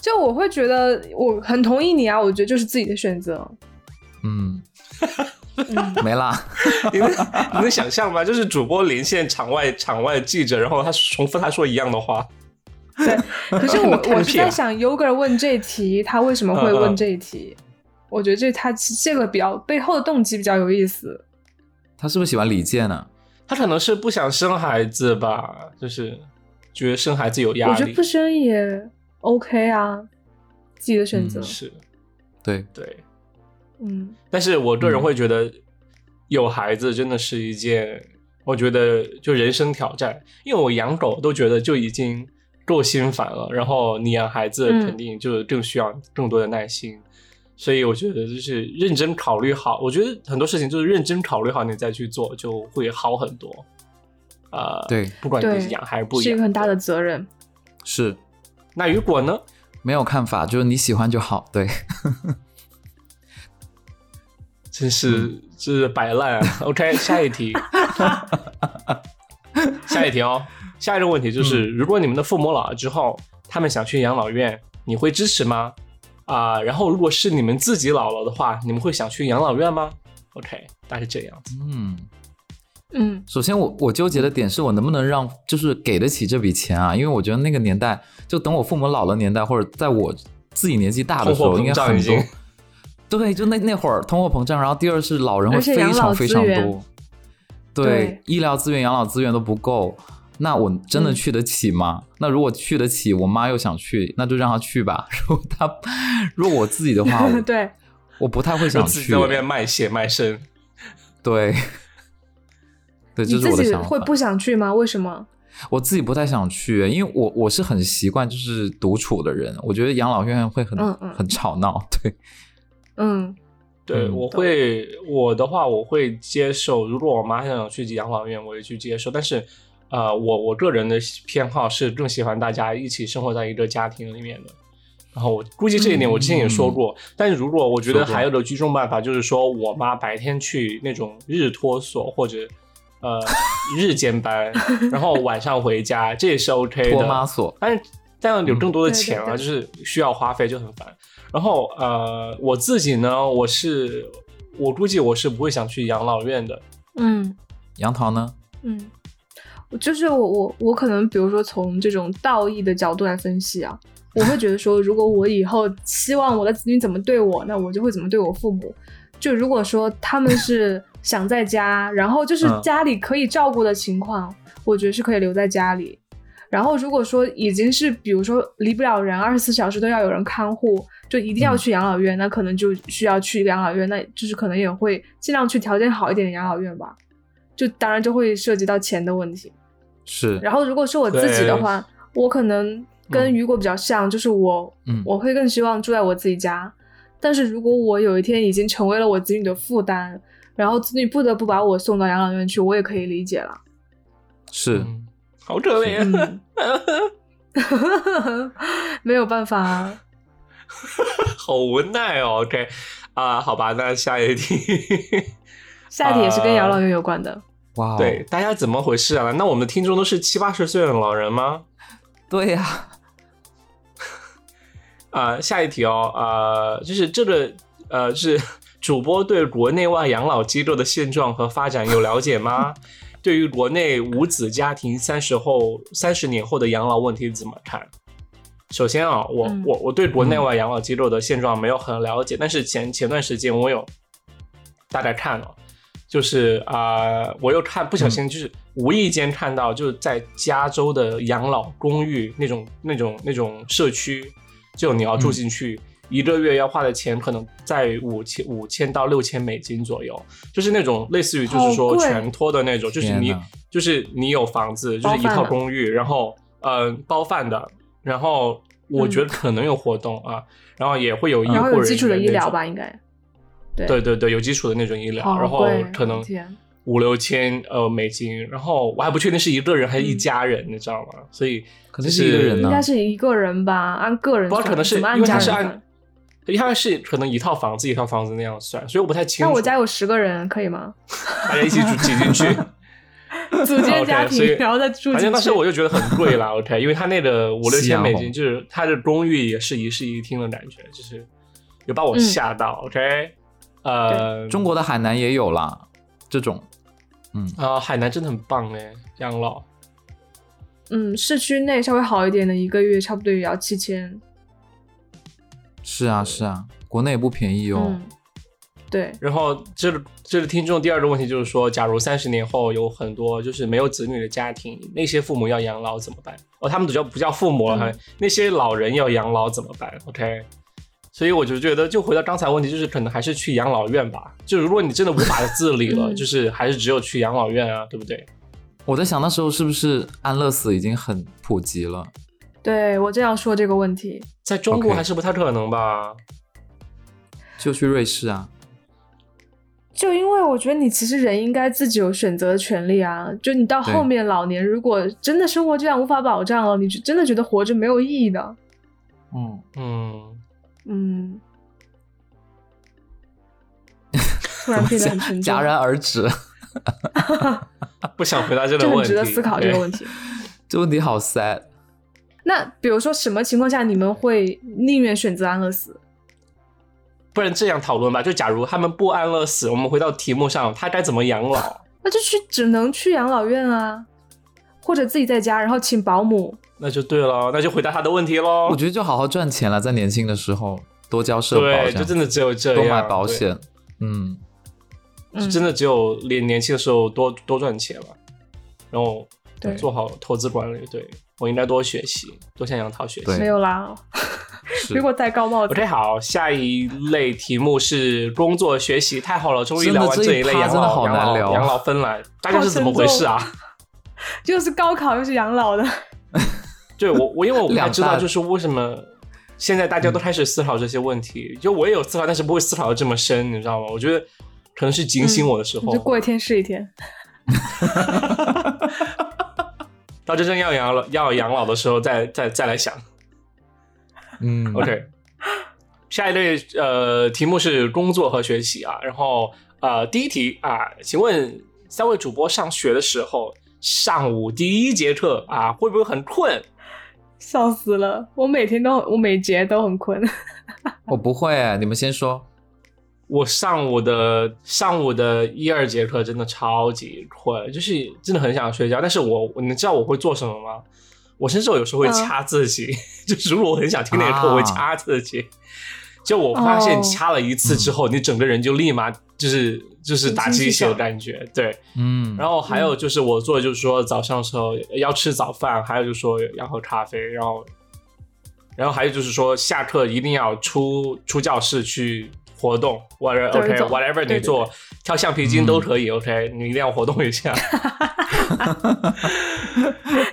Speaker 2: 就我会觉得我很同意你啊，我觉得就是自己的选
Speaker 1: [laughs]
Speaker 2: 择。
Speaker 3: 嗯， [laughs]
Speaker 2: 嗯，
Speaker 3: 没啦。
Speaker 1: 你能你能想象吗？就是主播连线场外场外记者，然后他重复他说一样的话。
Speaker 2: 可是
Speaker 1: 那
Speaker 2: 我
Speaker 1: 看
Speaker 2: 我是
Speaker 1: 屁啊
Speaker 2: 在想 y o g a 问这题，他为什么会问这一
Speaker 1: 嗯
Speaker 2: 题？我觉得这他这个比较背后的动机比较有意思。
Speaker 3: 他是不是喜欢李健呢、
Speaker 1: 他可能是不想生孩子吧，就是觉得生孩子有压
Speaker 2: 我觉得
Speaker 1: 力
Speaker 2: 不。生也 OK 啊，自己的选择
Speaker 3: 嗯。
Speaker 1: 是，
Speaker 3: 对，
Speaker 1: 对。
Speaker 2: 嗯
Speaker 1: 但是我个人
Speaker 3: 嗯
Speaker 1: 会觉得，有孩子真的是一件，我觉得就人生挑战。因为我养狗都觉得就已经够心烦了，然后你养孩子
Speaker 2: 嗯
Speaker 1: 肯定就更需要更多的耐心。所以我觉得就是认真考虑好，我觉得很多事情就是认真考虑好，你再去做就会好很多。呃，
Speaker 3: 对
Speaker 1: 不管你
Speaker 2: 对
Speaker 1: 是养还是不养，
Speaker 2: 是一个很大的责任。
Speaker 3: 是
Speaker 1: 那雨果呢？
Speaker 3: 没有看法，就是你喜欢就好。对，
Speaker 1: 真
Speaker 3: 嗯
Speaker 1: 是真是摆烂
Speaker 3: [laughs]
Speaker 1: 啊。OK，下一题，下一题哦。下一个问题就是，
Speaker 3: 嗯
Speaker 1: 如果你们的父母老了之后，他们想去养老院，你会支持吗？啊、然后如果是你们自己老了的话，你们会想去养老院吗？OK，大概是这样子。
Speaker 3: 嗯，
Speaker 2: 嗯，
Speaker 3: 首先我我纠结的点是我能不能让就是给得起这笔钱啊？因为我觉得那个年代，就等我父母老了年代，或者在我自己年纪大的时
Speaker 1: 通
Speaker 3: 候，
Speaker 1: 货
Speaker 3: 应该
Speaker 1: 膨胀
Speaker 3: 很
Speaker 1: 已
Speaker 3: 多
Speaker 1: 经。
Speaker 3: [laughs] 对，就那那会儿通货膨胀，然后第二是老人会
Speaker 2: 而且
Speaker 3: 非
Speaker 2: 养老
Speaker 3: 常非常
Speaker 2: 资源
Speaker 3: 多，对
Speaker 2: 对
Speaker 3: 医疗资源、养老资源都不够，那我真的
Speaker 2: 嗯
Speaker 3: 去得起吗？那如果去得起，我妈又想去，那就让她去吧。 [laughs] 如果她，如果我自己的话，
Speaker 2: [laughs]
Speaker 3: 我
Speaker 2: 对，
Speaker 3: 我不太会
Speaker 1: 就 [laughs]
Speaker 3: 想
Speaker 1: 自己
Speaker 3: 去
Speaker 1: 在。外面卖血卖身，
Speaker 3: 对，对，这
Speaker 2: 你
Speaker 3: 是
Speaker 2: 自
Speaker 3: 我的
Speaker 2: 己
Speaker 3: 想法。
Speaker 2: 会不想去吗？为什么？
Speaker 3: 我自己不太想去，因为我我是很习惯就是独处的人，我觉得养老院会很
Speaker 2: 嗯嗯
Speaker 3: 很吵闹。对，
Speaker 2: 嗯
Speaker 1: 对，
Speaker 3: 嗯
Speaker 1: 我会我的话，我会接受。如果我妈想去养老院，我也去接受。但是，呃，我我个人的偏好是更喜欢大家一起生活在一个家庭里面的。然后我估计这一点我之前也说过，
Speaker 3: 嗯
Speaker 1: 但是如果我觉得
Speaker 3: 说过
Speaker 1: 还有的居中办法，就是说我妈白天去那种日托所或者呃日间
Speaker 3: [laughs]
Speaker 1: 班，然后晚上回家，这也是 OK 的。
Speaker 3: 托妈所，
Speaker 1: 但是但有更多的
Speaker 2: 嗯对对
Speaker 1: 钱啊，
Speaker 2: 对
Speaker 1: 就是需要花费就很烦。然后呃，我自己呢，我是我估计我是不会想去养老院的。
Speaker 2: 嗯
Speaker 3: 杨桃呢？
Speaker 2: 嗯，我就是我我我可能比如说从这种道义的角度来分析啊，我会觉得说，如果我以后希望我的子女怎么对我，那我就会怎么对我父母。就如果说他们是想在家，然后就是
Speaker 3: 嗯
Speaker 2: 家里可以照顾的情况，我觉得是可以留在家里。然后如果说已经是比如说离不了人，二十四小时都要有人看护，就一定要去养老院，那可能就需要去养老院，那就是可能也会尽量去条件好一点的养老院吧。就当然就会涉及到钱的问题。
Speaker 3: 是，
Speaker 2: 然后如果是我自己的话，我可能跟
Speaker 1: 嗯
Speaker 2: 雨果比较像，就是我
Speaker 3: 嗯
Speaker 2: 我会更希望住在我自己家。但是如果我有一天已经成为了我子女的负担，然后子女不得不把我送到养老院去，我也可以理解了。
Speaker 3: 是，
Speaker 1: 嗯，好可怜啊，
Speaker 2: 嗯， [laughs] 没有办法、啊。
Speaker 1: 好无奈哦。OK，啊、好吧，那下一题。 [laughs]
Speaker 2: 下题也是跟养老院有关的。
Speaker 3: 哇、哦，
Speaker 1: 对，大家怎么回事啊？那我们的听众都是七八十岁的老人吗？
Speaker 3: 对呀、
Speaker 1: 啊、下一题哦，啊、就是这个，呃，就是 [laughs] 主播对国内外养老机构的现状和发展有了解吗？ [laughs] 对于国内无子家庭三十后、三十年后的养老问题怎么看？首先啊，我
Speaker 2: 嗯
Speaker 1: 我我对国内外养老机构的现状没有很了解，但是前前段时间我有大概看哦了，就是啊、我又看
Speaker 3: 嗯
Speaker 1: 不小心就是无意间看到，就是在加州的养老公寓那种那种那种社区，就你
Speaker 3: 嗯
Speaker 1: 要住进去，一个月要花的钱可能在五千五千到六千美金左右，就是那种类似于就是
Speaker 2: 好
Speaker 1: 说
Speaker 2: 贵
Speaker 1: 全托的那种，就是你
Speaker 3: 天哪
Speaker 1: 就是你有房子，就是一
Speaker 2: 包饭
Speaker 1: 套
Speaker 2: 的
Speaker 1: 公寓，然后呃包饭的，然后我觉得可能有活动啊，然后也会有医护
Speaker 2: 嗯然后有基础
Speaker 1: 嗯
Speaker 2: 的
Speaker 1: 人
Speaker 2: 医
Speaker 1: 员那
Speaker 2: 疗
Speaker 1: 种
Speaker 2: 吧，应
Speaker 1: 嗯
Speaker 2: 该。
Speaker 1: 对对对，有基础的那种医疗，
Speaker 2: 好
Speaker 1: 然后
Speaker 2: 贵
Speaker 1: 可能
Speaker 2: 天
Speaker 1: 五六千呃美金，然后我还不确定是一个人还是一家人，你知道吗？所以
Speaker 3: 可
Speaker 1: 就
Speaker 3: 能是一个人呢
Speaker 2: 应该是一个人吧，按个人
Speaker 1: 不知
Speaker 2: 算，
Speaker 1: 道可能是
Speaker 2: 怎么按
Speaker 1: 因为
Speaker 2: 家
Speaker 1: 他是
Speaker 2: 人
Speaker 1: 按
Speaker 2: 算。，
Speaker 1: 因为他是可能一套房子一套房子那样算，所以我不太清
Speaker 2: 那
Speaker 1: 楚。
Speaker 2: 我家有十个人，可以吗？
Speaker 1: 大家一起住挤进去，
Speaker 2: [laughs] 组建
Speaker 1: [laughs]
Speaker 2: 家
Speaker 1: OK，所以
Speaker 2: 庭，然后再 [laughs] 住进去。
Speaker 1: 反正当时我就觉得很贵
Speaker 2: [laughs]
Speaker 1: 啦。OK，因为他那个五六
Speaker 3: 夕
Speaker 1: 千
Speaker 3: 阳
Speaker 1: 美
Speaker 3: 红
Speaker 1: 金，就是他的公寓也是一室一厅的感觉，就是有把我
Speaker 2: 嗯
Speaker 1: 吓到。OK，呃，
Speaker 3: 中国的海南也有啦，这种，嗯，
Speaker 1: 啊、海南真的很棒哎，养老。
Speaker 2: 嗯，市区内稍微好一点的，一个月差不多也要七千。
Speaker 3: 是啊是啊，国内也不便宜哦。
Speaker 2: 嗯，对，
Speaker 1: 然后这个这个听众第二个问题就是说，假如三十年后有很多就是没有子女的家庭，那些父母要养老怎么办？哦，他们都叫不叫父母了、
Speaker 2: 嗯
Speaker 1: 那些老人要养老怎么办？OK，所以我就觉得，就回到刚才问题，就是可能还是去养老院吧。就如果你真的无法自理了，
Speaker 2: 嗯
Speaker 1: 就是还是只有去养老院啊，对不对？
Speaker 3: 我在想那时候是不是安乐死已经很普及了？
Speaker 2: 对我正要说这个问题。
Speaker 1: 在中国
Speaker 3: OK
Speaker 1: 还是不太可能吧
Speaker 3: 就去瑞士啊？
Speaker 2: 就因为我觉得你其实人应该自己有选择的权利啊，就你到后
Speaker 3: 对
Speaker 2: 面老年，如果真的生活质量无法保障了，你就真的觉得活着没有意义的。
Speaker 3: 嗯，
Speaker 1: 嗯，
Speaker 2: 嗯，突然变得很
Speaker 1: [laughs]
Speaker 2: 沉重
Speaker 3: 戛，然而止。 [laughs]
Speaker 1: 啊不想回答这个
Speaker 2: 这很
Speaker 1: 问题，
Speaker 2: 值得思考这个问
Speaker 1: 题。
Speaker 2: 题。
Speaker 3: 这问题好 sad。
Speaker 2: 那比如说什么情况下你们会宁愿选择安乐死？
Speaker 1: 不然这样讨论吧，就假如他们不安乐死，我们回到题目上，他该怎么养老？
Speaker 2: 那就去只能去养老院啊，或者自己在家，然后请保姆。
Speaker 1: 那就对了，那就回答他的问题喽。
Speaker 3: 我觉得就好好赚钱了，在年轻的时候多交社保，
Speaker 1: 对，
Speaker 3: 这
Speaker 1: 就
Speaker 3: 样
Speaker 1: 真的只有这样，
Speaker 3: 多买保
Speaker 1: 对
Speaker 3: 险。嗯，
Speaker 2: 嗯，
Speaker 1: 真的只有年年轻的时候多多赚钱了，然后
Speaker 2: 对
Speaker 1: 做好投资管理。对我应该多学习，多向杨桃学习。
Speaker 3: 对
Speaker 2: 没有啦。[laughs]
Speaker 3: 是
Speaker 2: 如果戴高帽子，
Speaker 1: OK，好，下一类题目是工作学习，太好了，终于
Speaker 3: 真的
Speaker 1: 聊完
Speaker 3: 这一
Speaker 1: 一类
Speaker 3: 趴
Speaker 1: 养
Speaker 3: 真的好
Speaker 1: 老养
Speaker 3: 难
Speaker 1: 老
Speaker 3: 聊
Speaker 1: 养老芬兰，大概是怎么回事啊？
Speaker 2: 又是高考又是养老的，
Speaker 1: 哦对我，我因为我不太
Speaker 3: 两
Speaker 1: 知道，
Speaker 3: 大
Speaker 1: 就是为什么现在大家都开始思考这些问题。就我也有思考，但是不会思考的这么深，你知道吗？我觉得可能是警醒我的时候，
Speaker 2: 嗯就过一天是一天。
Speaker 1: 到真正要养老要养老的时候再再再来想。
Speaker 3: 嗯
Speaker 1: OK，下一类呃题目是工作和学习啊，然后呃第一题啊，请问三位主播上学的时候，上午第一节课啊会不会很困？
Speaker 2: 笑死了！我每天都我每节都很
Speaker 1: 哦
Speaker 2: 困，
Speaker 3: 我不会，你们先说。
Speaker 1: 我上午的上午的一二节课真的超级困，就是真的很想睡觉，但是我你知道我会做什么吗？我甚至有时候会掐自己， [laughs] 就是如果我很想听那个课，
Speaker 3: 啊
Speaker 1: 我会掐自己。就我发现
Speaker 2: 哦
Speaker 1: 掐了一次之后，你整个人就立马就是就是打鸡血的感觉，对。
Speaker 3: 嗯，
Speaker 1: 然后还有就是我做的就是说早上的时候要吃早饭，还有就是说要喝咖啡，然后，然后还有就是说下课一定要出出教室去活动，whatever
Speaker 2: 走一
Speaker 1: OK
Speaker 2: 走
Speaker 1: whatever
Speaker 2: 对
Speaker 1: 你做跳橡皮筋都可以 OK，你一定要活动一下。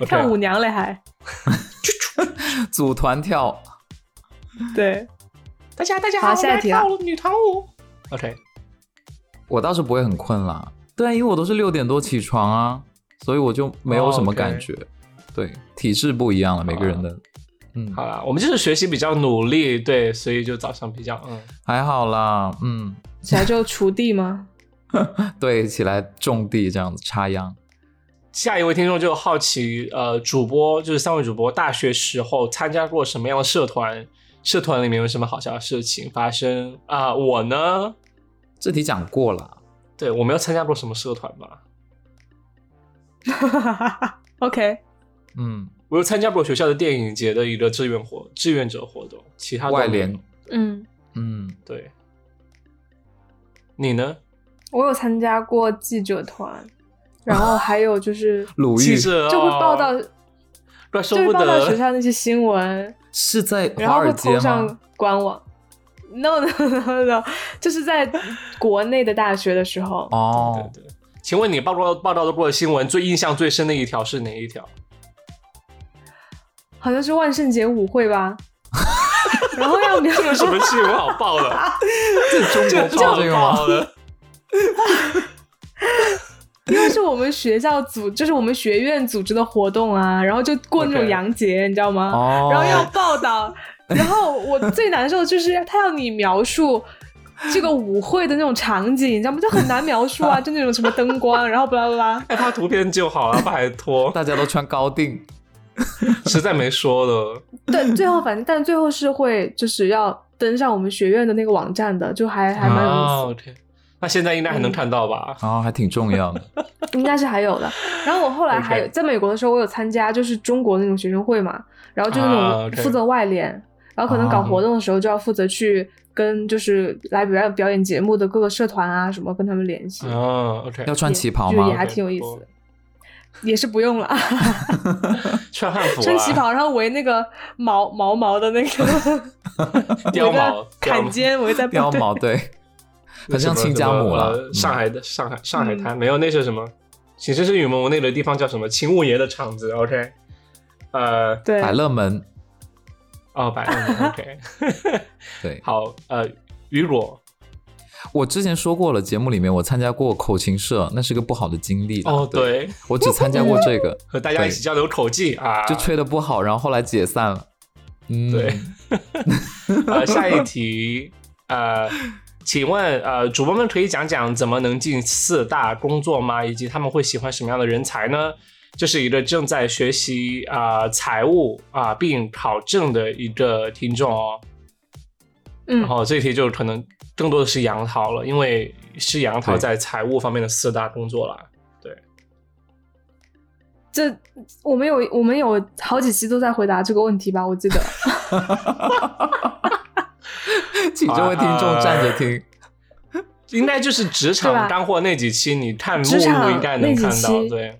Speaker 1: OK
Speaker 2: 跳舞娘嘞还。
Speaker 3: 组团跳，
Speaker 1: [laughs]
Speaker 2: 对，
Speaker 1: 大家大家
Speaker 2: 好
Speaker 1: 好，我
Speaker 2: 下一
Speaker 1: 们来
Speaker 2: 题啊
Speaker 1: 跳女团舞。OK，
Speaker 3: 我倒是不会很困啦。对，啊因为我都是六点多起床啊，所以我就没有什么感觉。
Speaker 1: 哦
Speaker 3: 对，体质不一样了，每个人的。嗯，
Speaker 1: 啊好了，我们就是学习比较努力，对，所以就早上比较嗯。
Speaker 3: 还好啦。嗯，
Speaker 2: 起来就锄地吗？ [laughs]
Speaker 3: 对，起来种地这样子插秧。
Speaker 1: 下一位听众就好奇，呃，主播就是三位主播，大学时候参加过什么样的社团？社团里面有什么好笑的事情发生啊、我呢，
Speaker 3: 这题讲过了，
Speaker 1: 对我没有参加过什么社团吧？
Speaker 2: OK，
Speaker 3: 嗯，
Speaker 1: 我有参加过学校的电影节的一个志愿活志愿者活动，其他都没有
Speaker 3: 外联，
Speaker 2: 嗯，
Speaker 3: 嗯，
Speaker 1: 对。你呢？
Speaker 2: 我有参加过记者团，然后还有
Speaker 1: [laughs]
Speaker 2: 就是
Speaker 3: 鲁
Speaker 1: 记
Speaker 3: 豫
Speaker 1: 者、哦、
Speaker 2: 就会报道，
Speaker 1: 怪
Speaker 2: 就
Speaker 1: 说
Speaker 2: 会
Speaker 1: 不
Speaker 2: 报道学
Speaker 1: 得。
Speaker 2: 校那些新闻，
Speaker 3: 是在
Speaker 2: 然
Speaker 3: 华
Speaker 2: 后会
Speaker 3: 尔街
Speaker 2: 抛
Speaker 3: 吗
Speaker 2: 上？官网。No no no no，就是在国内的大学的时候，
Speaker 3: 哦，
Speaker 1: 对对对，请问你报告报道的过的新闻最印象最深的一条是哪一条？
Speaker 2: 好像是万圣节舞会
Speaker 3: [laughs]
Speaker 2: 吧。然后要
Speaker 1: 这有什么新闻好报的？
Speaker 3: [laughs] 这中国
Speaker 1: 报
Speaker 3: 报这个吗？
Speaker 1: 的。
Speaker 2: 因为是我们学校组，就是我们学院组织的活动啊，然后就过那种
Speaker 1: OK
Speaker 2: 洋节，你知道吗？
Speaker 3: 哦，
Speaker 2: 然后要报
Speaker 3: [laughs]
Speaker 2: 道，然后我最难受的就是他要你描述这个舞会的那种场景，你知道吗？就很难描
Speaker 3: [laughs]
Speaker 2: 述啊，就那种什么灯光，然后巴拉巴拉，
Speaker 1: 爱发哎图片就好了，拜
Speaker 3: [laughs]
Speaker 1: 托，
Speaker 3: 大家都穿高定，
Speaker 1: 实在没说的。 [laughs]
Speaker 2: 对，最后反正但最后是会就是要登上我们学院的那个网站的，就还还蛮有意思的。
Speaker 1: o k 哦那现在应该还能看到吧？
Speaker 3: 然后哦还挺重要的。
Speaker 2: 应该是还有的。然后我后来还有
Speaker 1: OK
Speaker 2: 在美国的时候，我有参加就是中国那种学生会嘛，然后就是
Speaker 1: 啊
Speaker 2: 那
Speaker 1: ，OK
Speaker 2: 种负责外联，然后可能搞
Speaker 3: 啊
Speaker 2: 活动的时候就要负责去跟就是来表演表演节目的各个社团啊什么跟他们联系，
Speaker 1: 嗯，OK，
Speaker 3: 要穿旗袍
Speaker 2: 就也
Speaker 3: 吗？
Speaker 2: 还挺有意思的。 [laughs] 也是不用了，啊
Speaker 1: 穿汉服、啊，
Speaker 2: 穿旗，袍，然后围那个毛毛毛的
Speaker 1: [laughs]
Speaker 2: 那个
Speaker 1: 貂毛
Speaker 2: 围在坎肩，围在部
Speaker 3: 貂
Speaker 2: 队
Speaker 1: [laughs]
Speaker 3: 毛，对，
Speaker 1: 那
Speaker 3: 很
Speaker 1: 什么
Speaker 3: 像亲家
Speaker 1: 什
Speaker 3: 母
Speaker 1: 么
Speaker 3: 了。嗯
Speaker 1: 呃上海的上海上海
Speaker 2: 嗯
Speaker 1: 滩、没有，那是什么？寝室是雨蒙那个地方叫什么？勤务爷的厂子，OK，呃，
Speaker 2: 对，
Speaker 3: 嗯百乐门，
Speaker 1: 哦，百万
Speaker 2: [laughs]
Speaker 1: ，OK，
Speaker 3: 对
Speaker 1: 好，呃，雨果，
Speaker 3: 我之前说过了，节目里面我参加过口琴社，那是个不好的经历啦。
Speaker 1: 哦，
Speaker 3: 对，
Speaker 1: 对，
Speaker 3: 我只参加过这个，
Speaker 1: 和大家一起交流口技啊，
Speaker 3: 就吹的不好，然后后来解散了。
Speaker 1: [laughs]
Speaker 3: 嗯，
Speaker 1: 对，呃，下一题，呃，请问，呃，主播们可以讲讲怎么能进四大工作吗？以及他们会喜欢什么样的人才呢？这是一个正在学习啊、呃财务啊、并考证的一个听众哦。
Speaker 2: 嗯
Speaker 1: 然，后这一题就可能更多的是杨桃了，因为是杨桃
Speaker 3: 对
Speaker 1: 在财务方面的四大工作
Speaker 2: 嗯
Speaker 1: 啦。
Speaker 2: 这我们有我们有好几期都在回答这个问题吧，我记得。
Speaker 3: [laughs] 请这位听众
Speaker 1: 啊
Speaker 3: 站着听。
Speaker 1: 应该就是职
Speaker 2: 对吧
Speaker 1: 场干货那几期，你看目
Speaker 2: 职
Speaker 1: 录
Speaker 2: 场
Speaker 1: 应该能
Speaker 2: 那几
Speaker 1: 看到，
Speaker 2: 期嗯
Speaker 1: 对，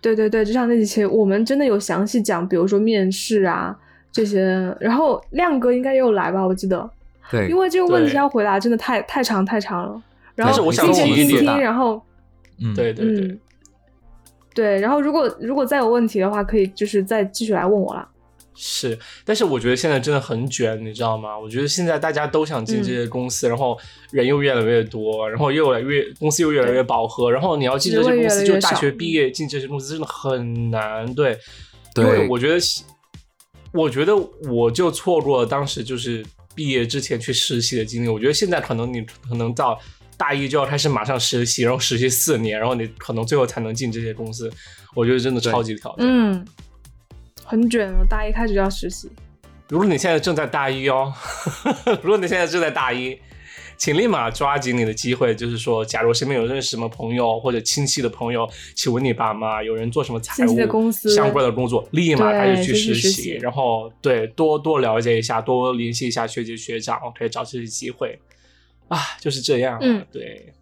Speaker 2: 对对对，职场那几期我们真的有详细讲，比如说面试啊这些。然后亮哥应该也有来吧，我记得，
Speaker 3: 对
Speaker 2: 因，为这个问题
Speaker 1: 对
Speaker 2: 要回答真的太太长太长了。然
Speaker 1: 但是
Speaker 2: 后
Speaker 1: 我想
Speaker 2: 并
Speaker 1: 提
Speaker 2: 且
Speaker 1: 一
Speaker 2: 一
Speaker 1: 点
Speaker 2: 听，然后
Speaker 3: 嗯，
Speaker 1: 对对对，
Speaker 2: 嗯，对。然后如果如果再有问题的话，可以就是再继续来问我啦。
Speaker 1: 是，但是我觉得现在真的很卷，你知道吗？我觉得现在大家都想
Speaker 2: 嗯
Speaker 1: 进这些公司，然后人又越来越多，然后又越来越公司又越来越饱和，然后你要进这
Speaker 2: 职
Speaker 1: 些
Speaker 2: 位
Speaker 1: 公
Speaker 2: 越
Speaker 1: 司，
Speaker 2: 来
Speaker 1: 就
Speaker 2: 越
Speaker 1: 大
Speaker 2: 少
Speaker 1: 学毕业进这些公司真的很难，对，
Speaker 3: 对
Speaker 1: 因为我觉得，我觉得我就错过了当时就是毕业之前去实习的经历。我觉得现在可能你可能到大一就要开始马上实习，然后实习四年，然后你可能最后才能进这些公司，我觉得真的超级挑战。
Speaker 2: 嗯，很卷哦，大一开始就要实习。 [laughs]
Speaker 1: 如果你现在正在大一哦， [laughs] 如果你现在正在大一，请立马抓紧你的机会。就是说，假如身边有认识什么朋友或者亲戚的朋友，请问你爸妈有人做什么财
Speaker 2: 亲戚的
Speaker 1: 务
Speaker 2: 公司
Speaker 1: 相关的工作，立马开始
Speaker 2: 对
Speaker 1: 去
Speaker 2: 就
Speaker 1: 实
Speaker 2: 去实
Speaker 1: 习，
Speaker 2: 习
Speaker 1: 然后对多多了解一下，多联系一下学姐学长，OK，找这些机会啊，就是这样啊。
Speaker 2: 嗯
Speaker 1: 对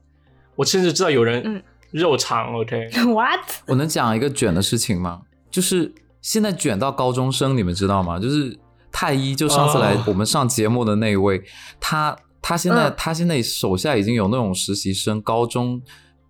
Speaker 1: 我甚至知道有人
Speaker 2: 嗯
Speaker 1: 肉肠，OK，
Speaker 2: What？
Speaker 3: 我能讲一个卷的事情吗？就是现在卷到高中生，你们知道吗？就是太一，就上次来
Speaker 1: 哦
Speaker 3: 我们上节目的那一位，他他现在、
Speaker 2: 嗯
Speaker 3: 他现在手下已经有那种实习生，高中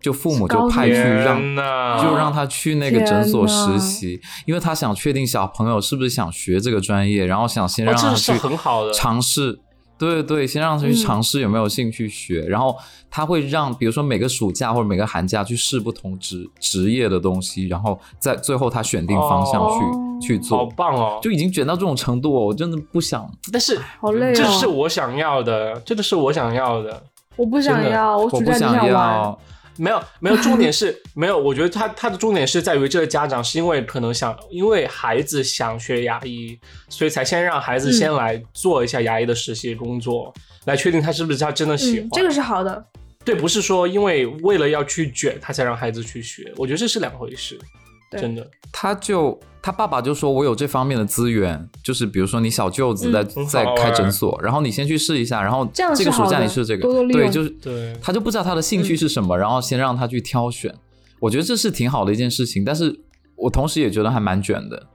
Speaker 3: 就父母就
Speaker 2: 高中
Speaker 3: 派去让
Speaker 1: 天呐，
Speaker 3: 就让他去那个诊所
Speaker 2: 天
Speaker 3: 实
Speaker 2: 哪
Speaker 3: 习，因为他想确定小朋友是不是想学这个专业，然后想先
Speaker 1: 哦
Speaker 3: 让他
Speaker 1: 这是
Speaker 3: 去
Speaker 1: 很好的
Speaker 3: 尝试。对对对，先让他去
Speaker 2: 嗯
Speaker 3: 尝试有没有兴趣学，然后他会让，比如说每个暑假或者每个寒假去试不同职职业的东西，然后在最后他选定方向去、
Speaker 2: 哦
Speaker 3: 去
Speaker 1: 好
Speaker 3: 做，
Speaker 1: 棒哦！
Speaker 3: 就已经卷到这种程度、哦，我真的不想。
Speaker 1: 但是
Speaker 2: 好累哦！
Speaker 1: 这是我想要的，这个是我想要的。
Speaker 2: 我不想
Speaker 1: 真的
Speaker 2: 要，我暑
Speaker 3: 我不
Speaker 2: 假只
Speaker 3: 想
Speaker 2: 玩。嗯
Speaker 3: 要，
Speaker 1: 没有，没有，重点
Speaker 2: [laughs]
Speaker 1: 是没有。我觉得他他的重点是在于这个家长是因为可能想，因为孩子想学牙医，所以才先让孩子
Speaker 2: 嗯
Speaker 1: 先来做一下牙医的实习工作，来确定他是不是他真的喜欢。
Speaker 2: 嗯，这个是好的。
Speaker 1: 对，不是说因为为了要去卷，他才让孩子去学。我觉得这是两回事，
Speaker 2: 对
Speaker 1: 真的。
Speaker 3: 他就他爸爸就说：“我有这方面的资源，就是比如说你小舅子在、
Speaker 1: 嗯
Speaker 3: 在
Speaker 1: 很好
Speaker 3: 开
Speaker 1: 哎
Speaker 3: 诊所，然后你先去试一下，然后
Speaker 2: 这样
Speaker 3: 这个
Speaker 2: 是
Speaker 3: 暑
Speaker 2: 好
Speaker 3: 假
Speaker 2: 的
Speaker 3: 你试这个，
Speaker 2: 多多利
Speaker 3: 对，
Speaker 2: 用嗯
Speaker 3: 就是
Speaker 1: 对
Speaker 3: 他就不知道他的兴趣是什么，然后先让他去挑选。我觉得这是挺好的一件事情，但是我同时也觉得还蛮卷的。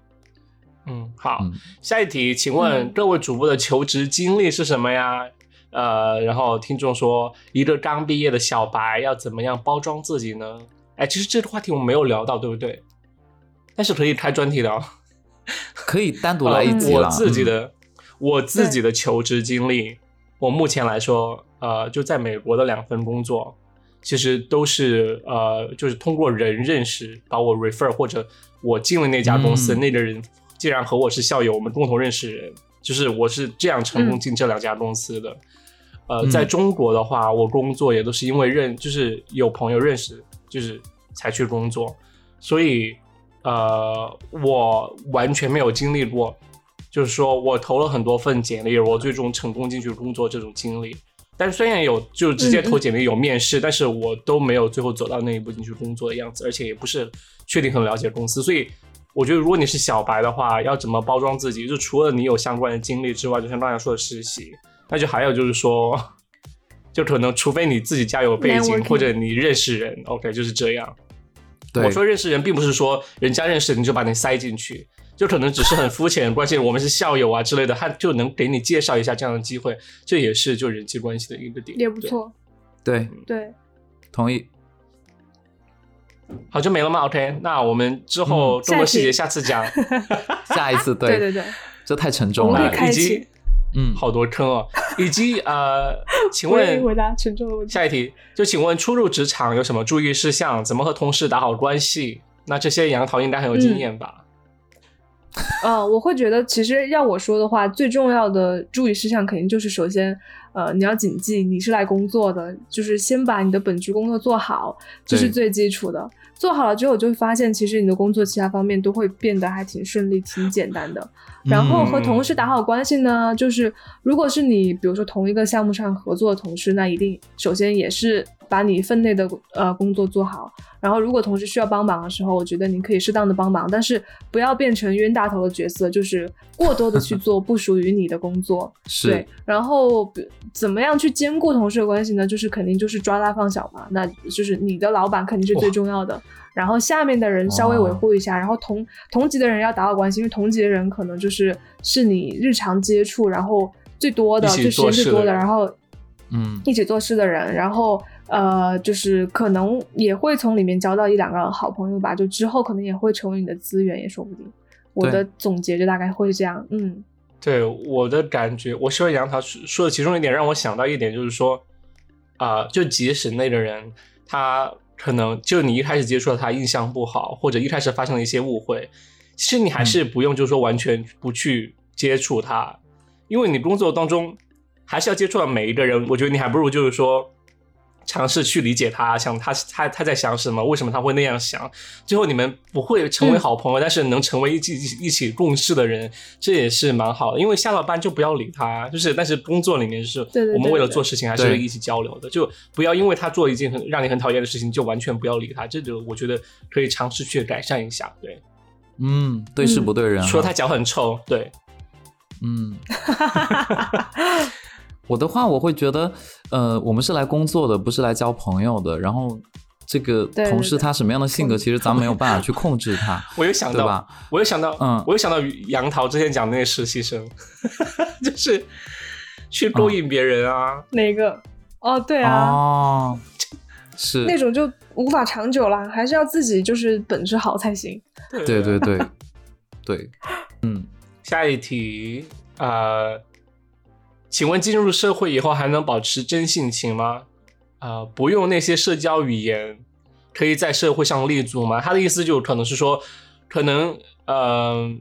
Speaker 1: 嗯，好，
Speaker 3: 嗯
Speaker 1: 下一题，请问
Speaker 2: 嗯
Speaker 1: 各位主播的求职经历是什么呀？呃，然后听众说，一个刚毕业的小白要怎么样包装自己呢？哎，其实这个话题我们没有聊到，对不对？但是可以开专题聊。
Speaker 3: 可以单独来一集
Speaker 1: 呃
Speaker 3: 啦。
Speaker 1: 我自己
Speaker 3: 嗯、
Speaker 1: 的、我自己的求职经历，我目前来说，呃，就在美国的两份工作，其实都是呃，就是通过人认识把我 refer 或者我进了那家公司，
Speaker 3: 嗯
Speaker 1: 那个人竟然和我是校友，我们共同认识人，就是我是这样成功进这两家公司的。呃，
Speaker 3: 嗯
Speaker 1: 在中国的话，我工作也都是因为认，就是有朋友认识，就是才去工作。所以呃，我完全没有经历过，就是说我投了很多份简历，我最终成功进去工作这种经历。但是虽然有就直接投简历有面试，但是我都没有最后走到那一步进去工作的样子，而且也不是确定很了解公司，所以。我觉得，如果你是小白的话，要怎么包装自己？就除了你有相关的经历之外，就像刚才说的实习，那就还有就是说，就可能除非你自己家有背景，
Speaker 2: Networking
Speaker 1: 或者你认识人，OK，就是这样。
Speaker 3: 对
Speaker 1: 我说认识人，并不是说人家认识你就把你塞进去，就可能只是很肤浅，关键我们是校友啊之类的，他就能给你介绍一下这样的机会，这也是就人际关系的一个点，
Speaker 2: 也不
Speaker 1: 对。
Speaker 2: 错。
Speaker 3: 对
Speaker 2: 对，
Speaker 3: 同意。
Speaker 1: 好，就没了吗？OK，那我们之
Speaker 2: 嗯
Speaker 1: 后更多细节下次讲，
Speaker 3: 下一次
Speaker 2: [laughs]
Speaker 3: 对
Speaker 2: 对对对，
Speaker 3: 这太沉重
Speaker 2: [laughs] 我们
Speaker 3: 了
Speaker 2: 可。开
Speaker 1: 呃以
Speaker 2: 启
Speaker 1: 及
Speaker 3: 嗯，
Speaker 1: 好多坑哦，以及
Speaker 2: [laughs]
Speaker 1: 呃，请
Speaker 2: 我也
Speaker 1: 问
Speaker 2: 回答沉重的问题。
Speaker 1: 下一题，就请问初入职场有什么注意事项？怎么和同事打好关系？那这些杨桃应该很有经验吧？
Speaker 2: 嗯，我会觉得，其实要我说的话，最重要的注意事项肯定就是，首先，呃，你要谨记你是来工作的，就是先把你的本职工作做好，这是
Speaker 3: 对
Speaker 2: 最基础的。做好了之后，就会发现，其实你的工作其他方面都会变得还挺顺利、挺简单的。然后和同事打好关系呢，就是如果是你比如说同一个项目上合作的同事，那一定首先也是把你分内的呃工作做好。然后如果同事需要帮忙的时候，我觉得你可以适当的帮忙，但是不要变成冤大头的角色，就是过多的去做不属于你的工作。对
Speaker 3: 是，，
Speaker 2: 然后比怎么样去兼顾同事的关系呢？就是肯定就是抓大放小嘛，那就是你的老板肯定是最重要的，然后下面的人稍微维护一下，然后同同级的人要打好关系，因为同级的人可能就是是你日常接触，然后最多的，
Speaker 1: 一起
Speaker 2: 最时间
Speaker 1: 做事
Speaker 2: 最
Speaker 1: 的
Speaker 2: 多的，
Speaker 1: 人
Speaker 2: 然后
Speaker 3: 嗯，
Speaker 2: 一起做事的人，然后呃，就是可能也会从里面交到一两个好朋友吧，就之后可能也会成为你的资源，也说不定。我
Speaker 3: 对
Speaker 2: 的总结就大概会是这样，嗯，
Speaker 1: 对我的感觉，我希望杨桃说说的其中一点让我想到一点，就是说，啊、就即使那个人他可能就你一开始接触到他印象不好，或者一开始发生了一些误会，其实你
Speaker 2: 嗯
Speaker 1: 还是不用就是说完全不去接触他，因为你工作当中还是要接触到每一个人，我觉得你还不如就是说。尝试去理解他，想他他他在想什么，为什么他会那样想，最后你们不会成
Speaker 2: 嗯
Speaker 1: 为好朋友，但是能成为一起一起一起共事的人，这也是蛮好的。因为下了班就不要理他，就是但是工作里面是
Speaker 2: 对对
Speaker 1: 我们为了
Speaker 2: 对
Speaker 1: 做事情还是
Speaker 3: 对
Speaker 1: 会一起交流的，就不要因为他做一件很让你很讨厌的事情就完全不要理他，这个我觉得可以尝试去改善一下。对，
Speaker 3: 嗯，对事
Speaker 2: 嗯
Speaker 3: 不对人啊。
Speaker 1: 说他脚很臭，对，
Speaker 3: 嗯， [laughs] 我的话，我会觉得，呃，我们是来工作的，不是来交朋友的。然后，这个
Speaker 2: 对对
Speaker 3: 同事
Speaker 2: 对
Speaker 3: 他什么样的性格，其实咱们没有办法去控制
Speaker 1: [laughs]
Speaker 3: 他，
Speaker 1: 我有想
Speaker 3: 对
Speaker 1: 到
Speaker 3: 吧，？
Speaker 1: 我有想到，
Speaker 3: 嗯
Speaker 1: 我有想到杨桃之前讲的那个实习生， [laughs] 就是
Speaker 3: 嗯
Speaker 1: 去勾引别人啊，
Speaker 2: 哪个？哦，对啊，
Speaker 3: 哦，是，
Speaker 2: 那种就无法长久啦，还是要自己就是本质好才行。
Speaker 3: 对对对
Speaker 2: [laughs]
Speaker 3: 对，嗯
Speaker 1: 下一题，呃，请问进入社会以后还能保持真性情吗？呃，不用那些社交语言，可以在社会上立足吗？他的意思就可能是说，可能呃，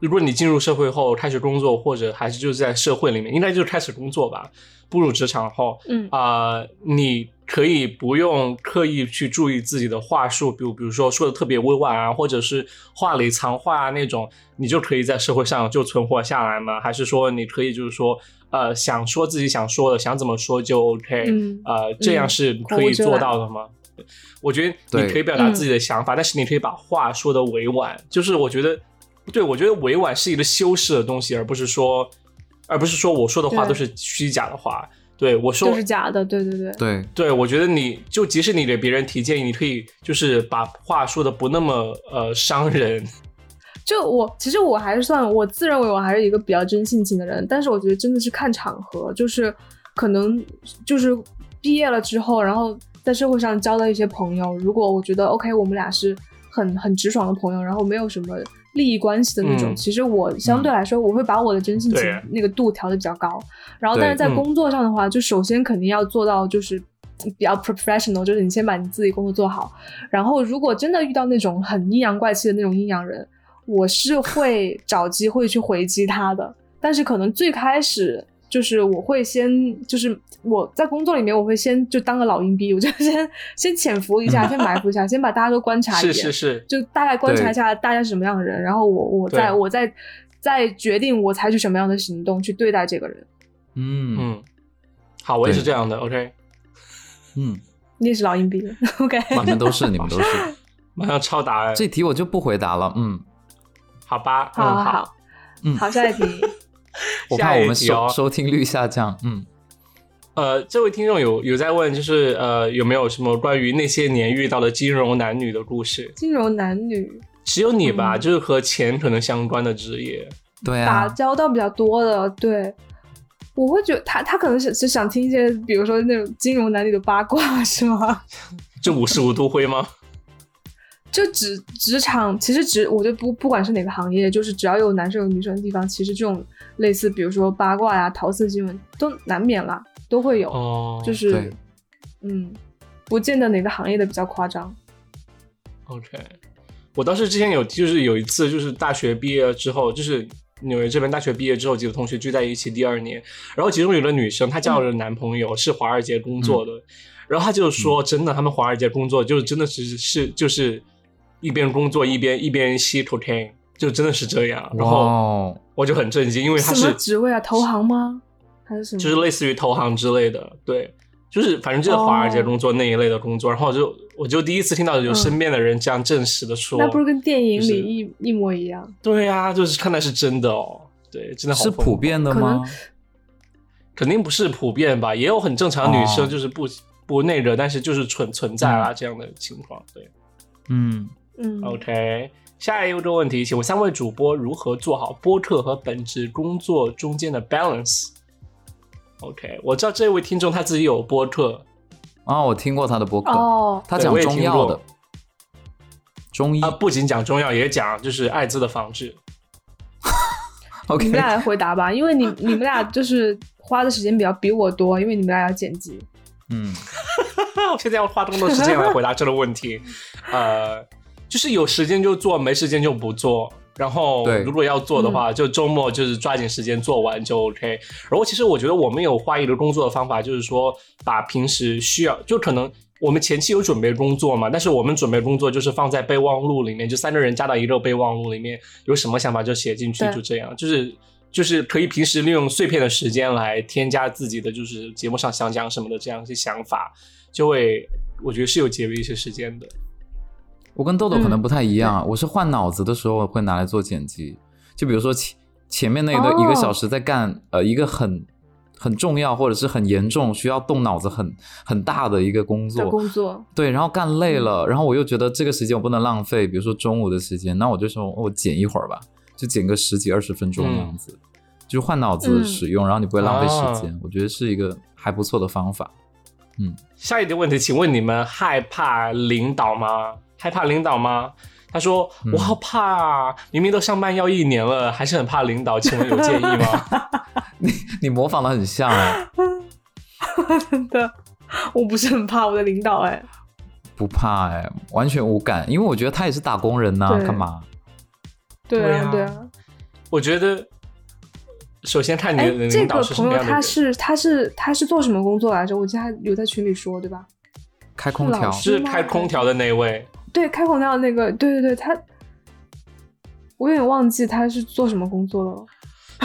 Speaker 1: 如果你进入社会后开始工作，或者还是就是在社会里面，应该就是开始工作吧，步入职场后，
Speaker 2: 嗯，
Speaker 1: 啊、你可以不用刻意去注意自己的话术，比如比如说说的特别委婉啊，或者是话里藏话啊那种，你就可以在社会上就存活下来吗？还是说你可以就是说，呃，想说自己想说的，想怎么说就 OK，、
Speaker 2: 嗯
Speaker 1: 呃，这样
Speaker 2: 嗯
Speaker 1: 是可
Speaker 2: 口无
Speaker 1: 以
Speaker 2: 遮
Speaker 1: 做
Speaker 2: 拦
Speaker 1: 到的吗？我觉得
Speaker 3: 对
Speaker 1: 你可以表达自己的想法，但是你可以把话说的委婉。就是我觉得，对我觉得委婉是一个修饰的东西，而不是说，而不是说我说的话
Speaker 2: 对
Speaker 1: 都是虚假的话。对我说
Speaker 2: 都是假的，对对对，
Speaker 3: 对，
Speaker 1: 对，我觉得你就即使你给别人提建议，你可以就是把话说的不那么呃伤人。
Speaker 2: 就我其实我还是算我自认为我还是一个比较真性情的人，但是我觉得真的是看场合，就是可能就是毕业了之后，然后在社会上交到一些朋友，如果我觉得 OK，我们俩是很很直爽的朋友，然后没有什么利益关系的那种，
Speaker 1: 嗯
Speaker 2: 其实我相对来说我会把我的真性情
Speaker 1: 对
Speaker 2: 那个度调的比较高，然后
Speaker 3: 对
Speaker 2: 但是在
Speaker 1: 嗯
Speaker 2: 工作上的话，就首先肯定要做到就是。比较 professional，就是你先把你自己工作做好，然后如果真的遇到那种很阴阳怪气的那种阴阳人，我是
Speaker 1: [laughs]
Speaker 2: 会找机会去回击他的，但是可能最开始就是我会先，就是我在工作里面我会先就当个老阴逼，我就先先潜伏一
Speaker 1: [laughs]
Speaker 2: 下，先埋伏一下，先把大家都观察一
Speaker 1: 是
Speaker 2: 遍，
Speaker 1: 是是，
Speaker 2: 就大概观察一下大家是什么样的人，然后我我再
Speaker 1: 对
Speaker 2: 我再再决定我采取什么样的行动去对待这个人。
Speaker 3: 嗯
Speaker 1: 嗯，好，我也是
Speaker 3: 对
Speaker 1: 这样的。OK，
Speaker 3: 嗯，
Speaker 2: 你也是老阴逼 [laughs] ，OK？
Speaker 1: 嗯
Speaker 3: 你们都是，你们
Speaker 1: [laughs]
Speaker 3: 都是。
Speaker 1: 马上抄答案，
Speaker 3: 这题我就不回答了，嗯，
Speaker 1: 好吧？嗯，
Speaker 2: 好好
Speaker 1: 好，
Speaker 2: 好，
Speaker 3: 嗯
Speaker 2: 好，下一题，
Speaker 3: 我
Speaker 1: 下
Speaker 3: 怕我
Speaker 1: 一
Speaker 3: 们
Speaker 1: 题
Speaker 3: 收
Speaker 1: 哦
Speaker 3: 收听率下降，嗯，
Speaker 1: 呃，这位听众有有在问，就是呃有没有什么关于那些年遇到的金融男女的故事？
Speaker 2: 金融男女
Speaker 1: [laughs] 只有你吧，
Speaker 2: 嗯
Speaker 1: 就是和钱可能相关的职业。哎
Speaker 3: 对
Speaker 2: 打
Speaker 3: 啊，
Speaker 2: 交道比较多的，对，我会觉得他他可能是是想听一些，比如说那种金融男女的八卦 [laughs] 是吗？
Speaker 1: 这五十五度灰吗？
Speaker 2: 就职职场，其实职我觉得不不管是哪个行业，就是只要有男生有女生的地方，其实这种类似比如说八卦呀、桃色新闻都难免啦，都会有，
Speaker 1: 哦，
Speaker 2: 就
Speaker 3: 对
Speaker 2: 是嗯，不见得哪个行业的比较夸张。
Speaker 1: OK，我当时之前有就是有一次就是大学毕业之后，就是纽约这边大学毕业之后，几个同学聚在一起第二年，然后其中有个女生她
Speaker 2: 嗯
Speaker 1: 交了男朋友、是华尔街工作的，然后她就
Speaker 2: 嗯
Speaker 1: 说真的，他们华尔街工作就是真的是是就是一边工作一边一边吸 cocaine，就真的是这样，然后
Speaker 3: 哇，哦
Speaker 1: 我就很震惊，因为她
Speaker 2: 哦什么
Speaker 1: 是
Speaker 2: 职位啊？投行吗？还是什么？
Speaker 1: 就是类似于投行之类的，对，就是反正就是华尔
Speaker 2: 哦
Speaker 1: 街工作那一类的工作。然后我就我就第一次听到有身边的人这样证实的说，
Speaker 2: 嗯那不是跟电影
Speaker 1: 就是
Speaker 2: 里一、一模一样？
Speaker 1: 对啊，就是看来是真的哦，对，真的好
Speaker 3: 是
Speaker 1: 疯
Speaker 3: 普，遍的
Speaker 2: 可能
Speaker 3: 吗？
Speaker 1: 肯定不是普遍吧，也有很正常的女
Speaker 3: 哦
Speaker 1: 生就是不、不那个，但是就是存存在啦、这样的情况。对
Speaker 3: 嗯，
Speaker 2: 嗯
Speaker 1: 哦，OK，下一个问题，请问三位主播如何做好播客和本职工作中间的 balance？OK，我知道这位听众他自己有播客，
Speaker 3: 啊，我听过他的播客，
Speaker 2: 哦，
Speaker 3: 他
Speaker 1: 对
Speaker 3: 讲
Speaker 1: 我也
Speaker 3: 中
Speaker 1: 听
Speaker 3: 药
Speaker 1: 过
Speaker 3: 的，中医
Speaker 1: 啊，。不仅讲中药，也讲就是艾滋的防治。 [laughs]
Speaker 2: 你
Speaker 3: OK，
Speaker 2: 们俩来回答吧，因为你你们俩就是花的时间比较比我多，因为你们俩要剪辑。
Speaker 3: [laughs] 嗯，
Speaker 1: 我现在要花这么多时间来回答这个问题，呃，就是有时间就做，没时间就不做。然后
Speaker 3: 对，
Speaker 1: 如果要做的话，就周末就是抓紧时间做完就 OK。然后，其实我觉得我们有花一个工作的方法，就是说把平时需要，就可能我们前期有准备工作嘛，但是我们准备工作就是放在备忘录里面，就三个人加到一个备忘录里面，有什么想法就写进去
Speaker 2: 对，
Speaker 1: 就这样，就是就是可以平时利用碎片的时间来添加自己的就是节目上想讲什么的这样一些想法，就会我觉得是有节约一些时间的。
Speaker 3: 我跟豆豆可能
Speaker 2: 嗯
Speaker 3: 不太一样，我是换脑子的时候会拿来做剪辑，就比如说前前面那一
Speaker 2: 哦
Speaker 3: 个一个小时在干、呃一个很很重要或者是很严重需要动脑子很很大的一个工嗯
Speaker 2: 的
Speaker 3: 作，
Speaker 2: 工
Speaker 1: [laughs]
Speaker 2: 作，
Speaker 3: 对，然后干累了，然后我又觉得这个时间我不能浪费，比如说中午的时间，那我就说哦我剪一会儿吧，就剪个十几二十分钟
Speaker 1: 嗯
Speaker 3: 那样子，就换脑子使用，然后你不会浪费时间，
Speaker 1: 啊
Speaker 3: 我觉得是一个还不错的方法。
Speaker 1: 下一个问题，请问你们害怕领导吗？害怕领导吗？他说：“
Speaker 3: 嗯
Speaker 1: 我好怕啊，明明都上班要一年了，还是很怕领导，请问有建议
Speaker 2: [laughs]
Speaker 1: 吗
Speaker 3: 你模仿的很像哎，
Speaker 2: 真的，我不是很怕我的领导哎、
Speaker 3: 不怕哎，完全无感，因为我觉得他也是打工人呐、
Speaker 2: 对
Speaker 3: 干嘛？
Speaker 2: 对啊，
Speaker 1: 对
Speaker 2: 对
Speaker 1: 啊
Speaker 2: 啊。？”
Speaker 1: 我觉得，首先看你
Speaker 2: 哎
Speaker 1: 的，
Speaker 2: 这
Speaker 1: 领
Speaker 2: 个
Speaker 1: 导是什
Speaker 2: 朋
Speaker 1: 么
Speaker 2: 友
Speaker 1: 样的
Speaker 2: 他
Speaker 1: 人。
Speaker 2: 是他是他是做什么工作来着？我记得他有在群里说，对吧？
Speaker 3: 开空调
Speaker 2: 老师
Speaker 1: 就是开空调的那一
Speaker 2: [laughs]
Speaker 1: 位，
Speaker 2: 对，开口那那个，对对对，他，我有点忘记他是做什么工作了。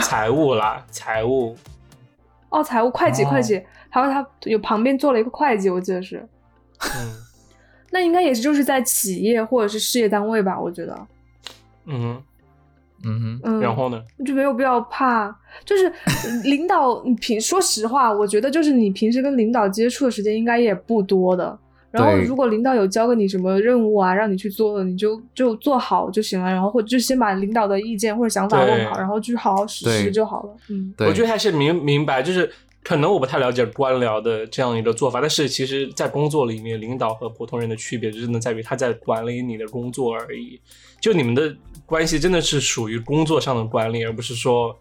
Speaker 1: 财务啦，财务。
Speaker 2: 哦，财务会计，
Speaker 3: 哦
Speaker 2: 会计，还有他有旁边做了一个会计，我记得是。
Speaker 1: 嗯
Speaker 2: 那应该也是就是在企业或者是事业单位吧，我觉得，
Speaker 1: 嗯
Speaker 3: 嗯
Speaker 2: 嗯，
Speaker 1: 哼，然后呢？
Speaker 2: 就没有必要怕，就是领导，你平说实话，我觉得就是你平时跟领导接触的时间应该也不多的。然后
Speaker 3: 对
Speaker 2: 如果领导有交给你什么任务啊，让你去做的，你就就做好就行了。然后或者就先把领导的意见或者想法问好，
Speaker 1: 对
Speaker 2: 然后去好好实
Speaker 3: 对
Speaker 2: 施就好了。嗯
Speaker 3: 哼，对，
Speaker 1: 我觉得还是明明白，就是可能我不太了解官僚的这样一个做法，但是其实，在工作里面，领导和普通人的区别，真的在于他在管理你的工作而已。就你们的关系真的是属于工作上的管理，而不是说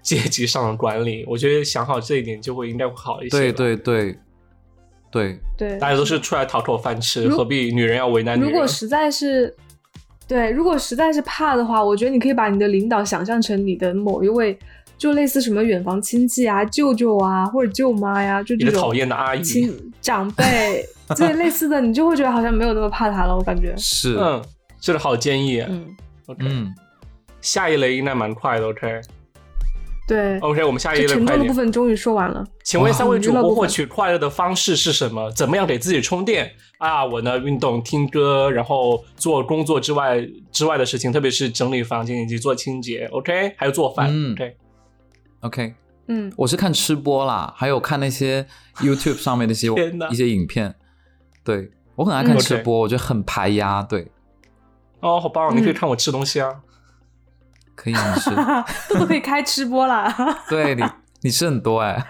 Speaker 1: 阶级上的管理。我觉得想好这一点，就会应该会好一些。
Speaker 3: 对，对对对，
Speaker 2: 对，
Speaker 1: 大家都是出来讨口饭吃，
Speaker 2: 如
Speaker 1: 何必女人要为难女
Speaker 2: 如
Speaker 1: 人？
Speaker 2: 果实在是，对，如果实在是怕的话，我觉得你可以把你的领导想象成你的某一位，就类似什么远房亲戚啊、舅舅啊或者舅妈呀，就
Speaker 1: 你
Speaker 2: 这
Speaker 1: 的
Speaker 2: 种
Speaker 1: 讨厌的阿姨，
Speaker 2: 亲长辈，对类似的，你就会觉得好像没有那么怕他了。我感觉，
Speaker 3: 是，
Speaker 1: 嗯，这是好建议。
Speaker 2: 嗯，
Speaker 1: OK，、
Speaker 3: 嗯，
Speaker 1: 下一类应该蛮快的。OK，OK，、
Speaker 2: 对，
Speaker 1: 我们下一
Speaker 2: 就
Speaker 1: 类
Speaker 2: 沉
Speaker 1: 哦快
Speaker 2: 重的
Speaker 1: 点
Speaker 2: 部。分终于说完了。
Speaker 1: 请问三位主
Speaker 2: 哇
Speaker 1: 播获取快乐的方式是什么？怎么样给自己充电啊？我呢，运动、听歌，然后做工作之外之外的事情，特别是整理房间以及做清洁，OK，还有做饭、
Speaker 3: 嗯
Speaker 1: o k
Speaker 3: OK，
Speaker 2: 嗯， [laughs]
Speaker 3: 我是看吃播啦，还有看
Speaker 1: [laughs]
Speaker 3: 那些 YouTube 上面那些
Speaker 1: 天哪
Speaker 3: 一些影片。对我很爱看
Speaker 1: 嗯
Speaker 3: 吃播，我觉得很排压。对，
Speaker 1: 哦，好棒！你可以
Speaker 2: 嗯
Speaker 1: 看我吃东西啊。
Speaker 3: 可以啊
Speaker 1: [laughs]
Speaker 3: 你吃，
Speaker 2: 豆豆可以开吃播 [laughs] 啦，
Speaker 3: 对你你吃很多哎、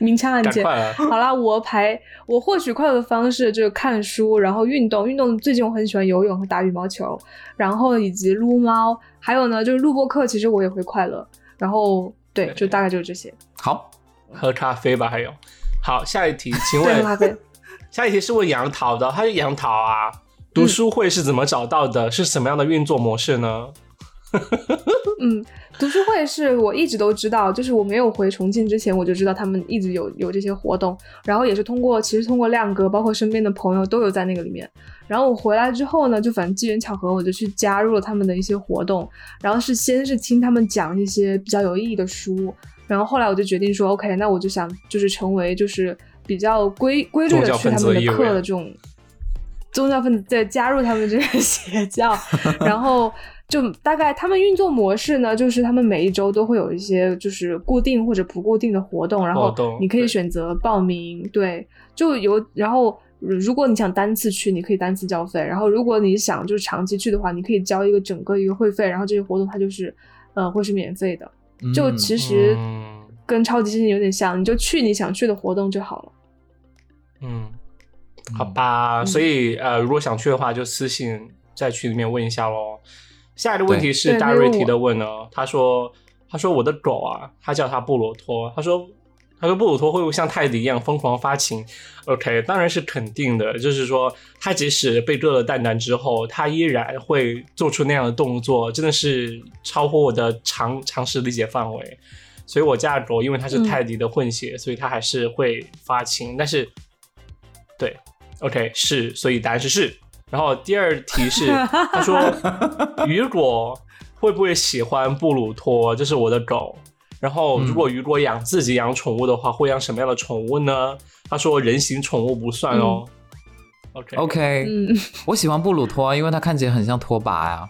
Speaker 2: 明枪暗
Speaker 1: 啊赶
Speaker 2: 箭。
Speaker 1: 快啊！
Speaker 2: 好啦，我排我获取快乐的方式就是看书，然后运动，运动最近我很喜欢游泳和打羽毛球，然后以及撸猫，还有呢就是录播课，其实我也会快乐。然后对，就大概就是这些。
Speaker 3: 好，
Speaker 1: 喝咖啡吧，还有。好，下一题，请
Speaker 2: [laughs] 对，喝
Speaker 1: 问
Speaker 2: 咖啡。
Speaker 1: 下一题是问杨桃的，他是杨桃啊，读书会是怎么找到的？是什么样的运作模式呢？
Speaker 2: 嗯，读书会是我一直都知道，就是我没有回重庆之前，我就知道他们一直有有这些活动，然后也是通过其实通过亮哥，包括身边的朋友都有在那个里面。然后我回来之后呢，就反正机缘巧合，我就去加入了他们的一些活动，然后是先是听他们讲一些比较有意义的书，然后后来我就决定说，OK，那我就想就是成为就是比较规规律的去他们的课的这种宗教分子，对，加入他们这个 [laughs] 邪教，
Speaker 3: [laughs]
Speaker 2: 然后。就大概他们运作模式呢，就是他们每一周都会有一些就是固定或者不固定的活动，然后你可以选择报名，对，就有然后如果你想单次去，你可以单次交费，然后如果你想就是长期去的话，你可以交一个整个一个会费，然后这些活动它就是呃会是免费的，
Speaker 3: 嗯
Speaker 2: 就其实跟超级星星有点像，你就去你想去的活动就好了。
Speaker 1: 嗯，好吧，
Speaker 2: 嗯
Speaker 1: 所以呃，如果想去的话，就私信在群里面问一下喽。下一个问题是
Speaker 2: 对
Speaker 1: 大
Speaker 2: 没有
Speaker 1: 瑞提
Speaker 2: 我
Speaker 1: 的问呢，他说：“他说我的狗啊，他叫它布鲁托，他说他说布鲁托会不会像泰迪一样疯狂发情？”OK，当然是肯定的，就是说它即使被割了蛋蛋之后，它依然会做出那样的动作，真的是超乎我的常常识理解范围。所以我家的狗因为它是
Speaker 2: 嗯
Speaker 1: 泰迪的混血，所以它还是会发情，但是对，OK 是，所以答案是是。然后第二题是，他说雨果会不会喜欢布鲁托？这是我的狗。然后如果雨果养自己养宠物的话，会养什么样的宠物呢？他说人形宠物不算哦。OK
Speaker 3: OK，
Speaker 2: 嗯，
Speaker 3: 我喜欢布鲁托，啊因为它看起来很像拖把呀、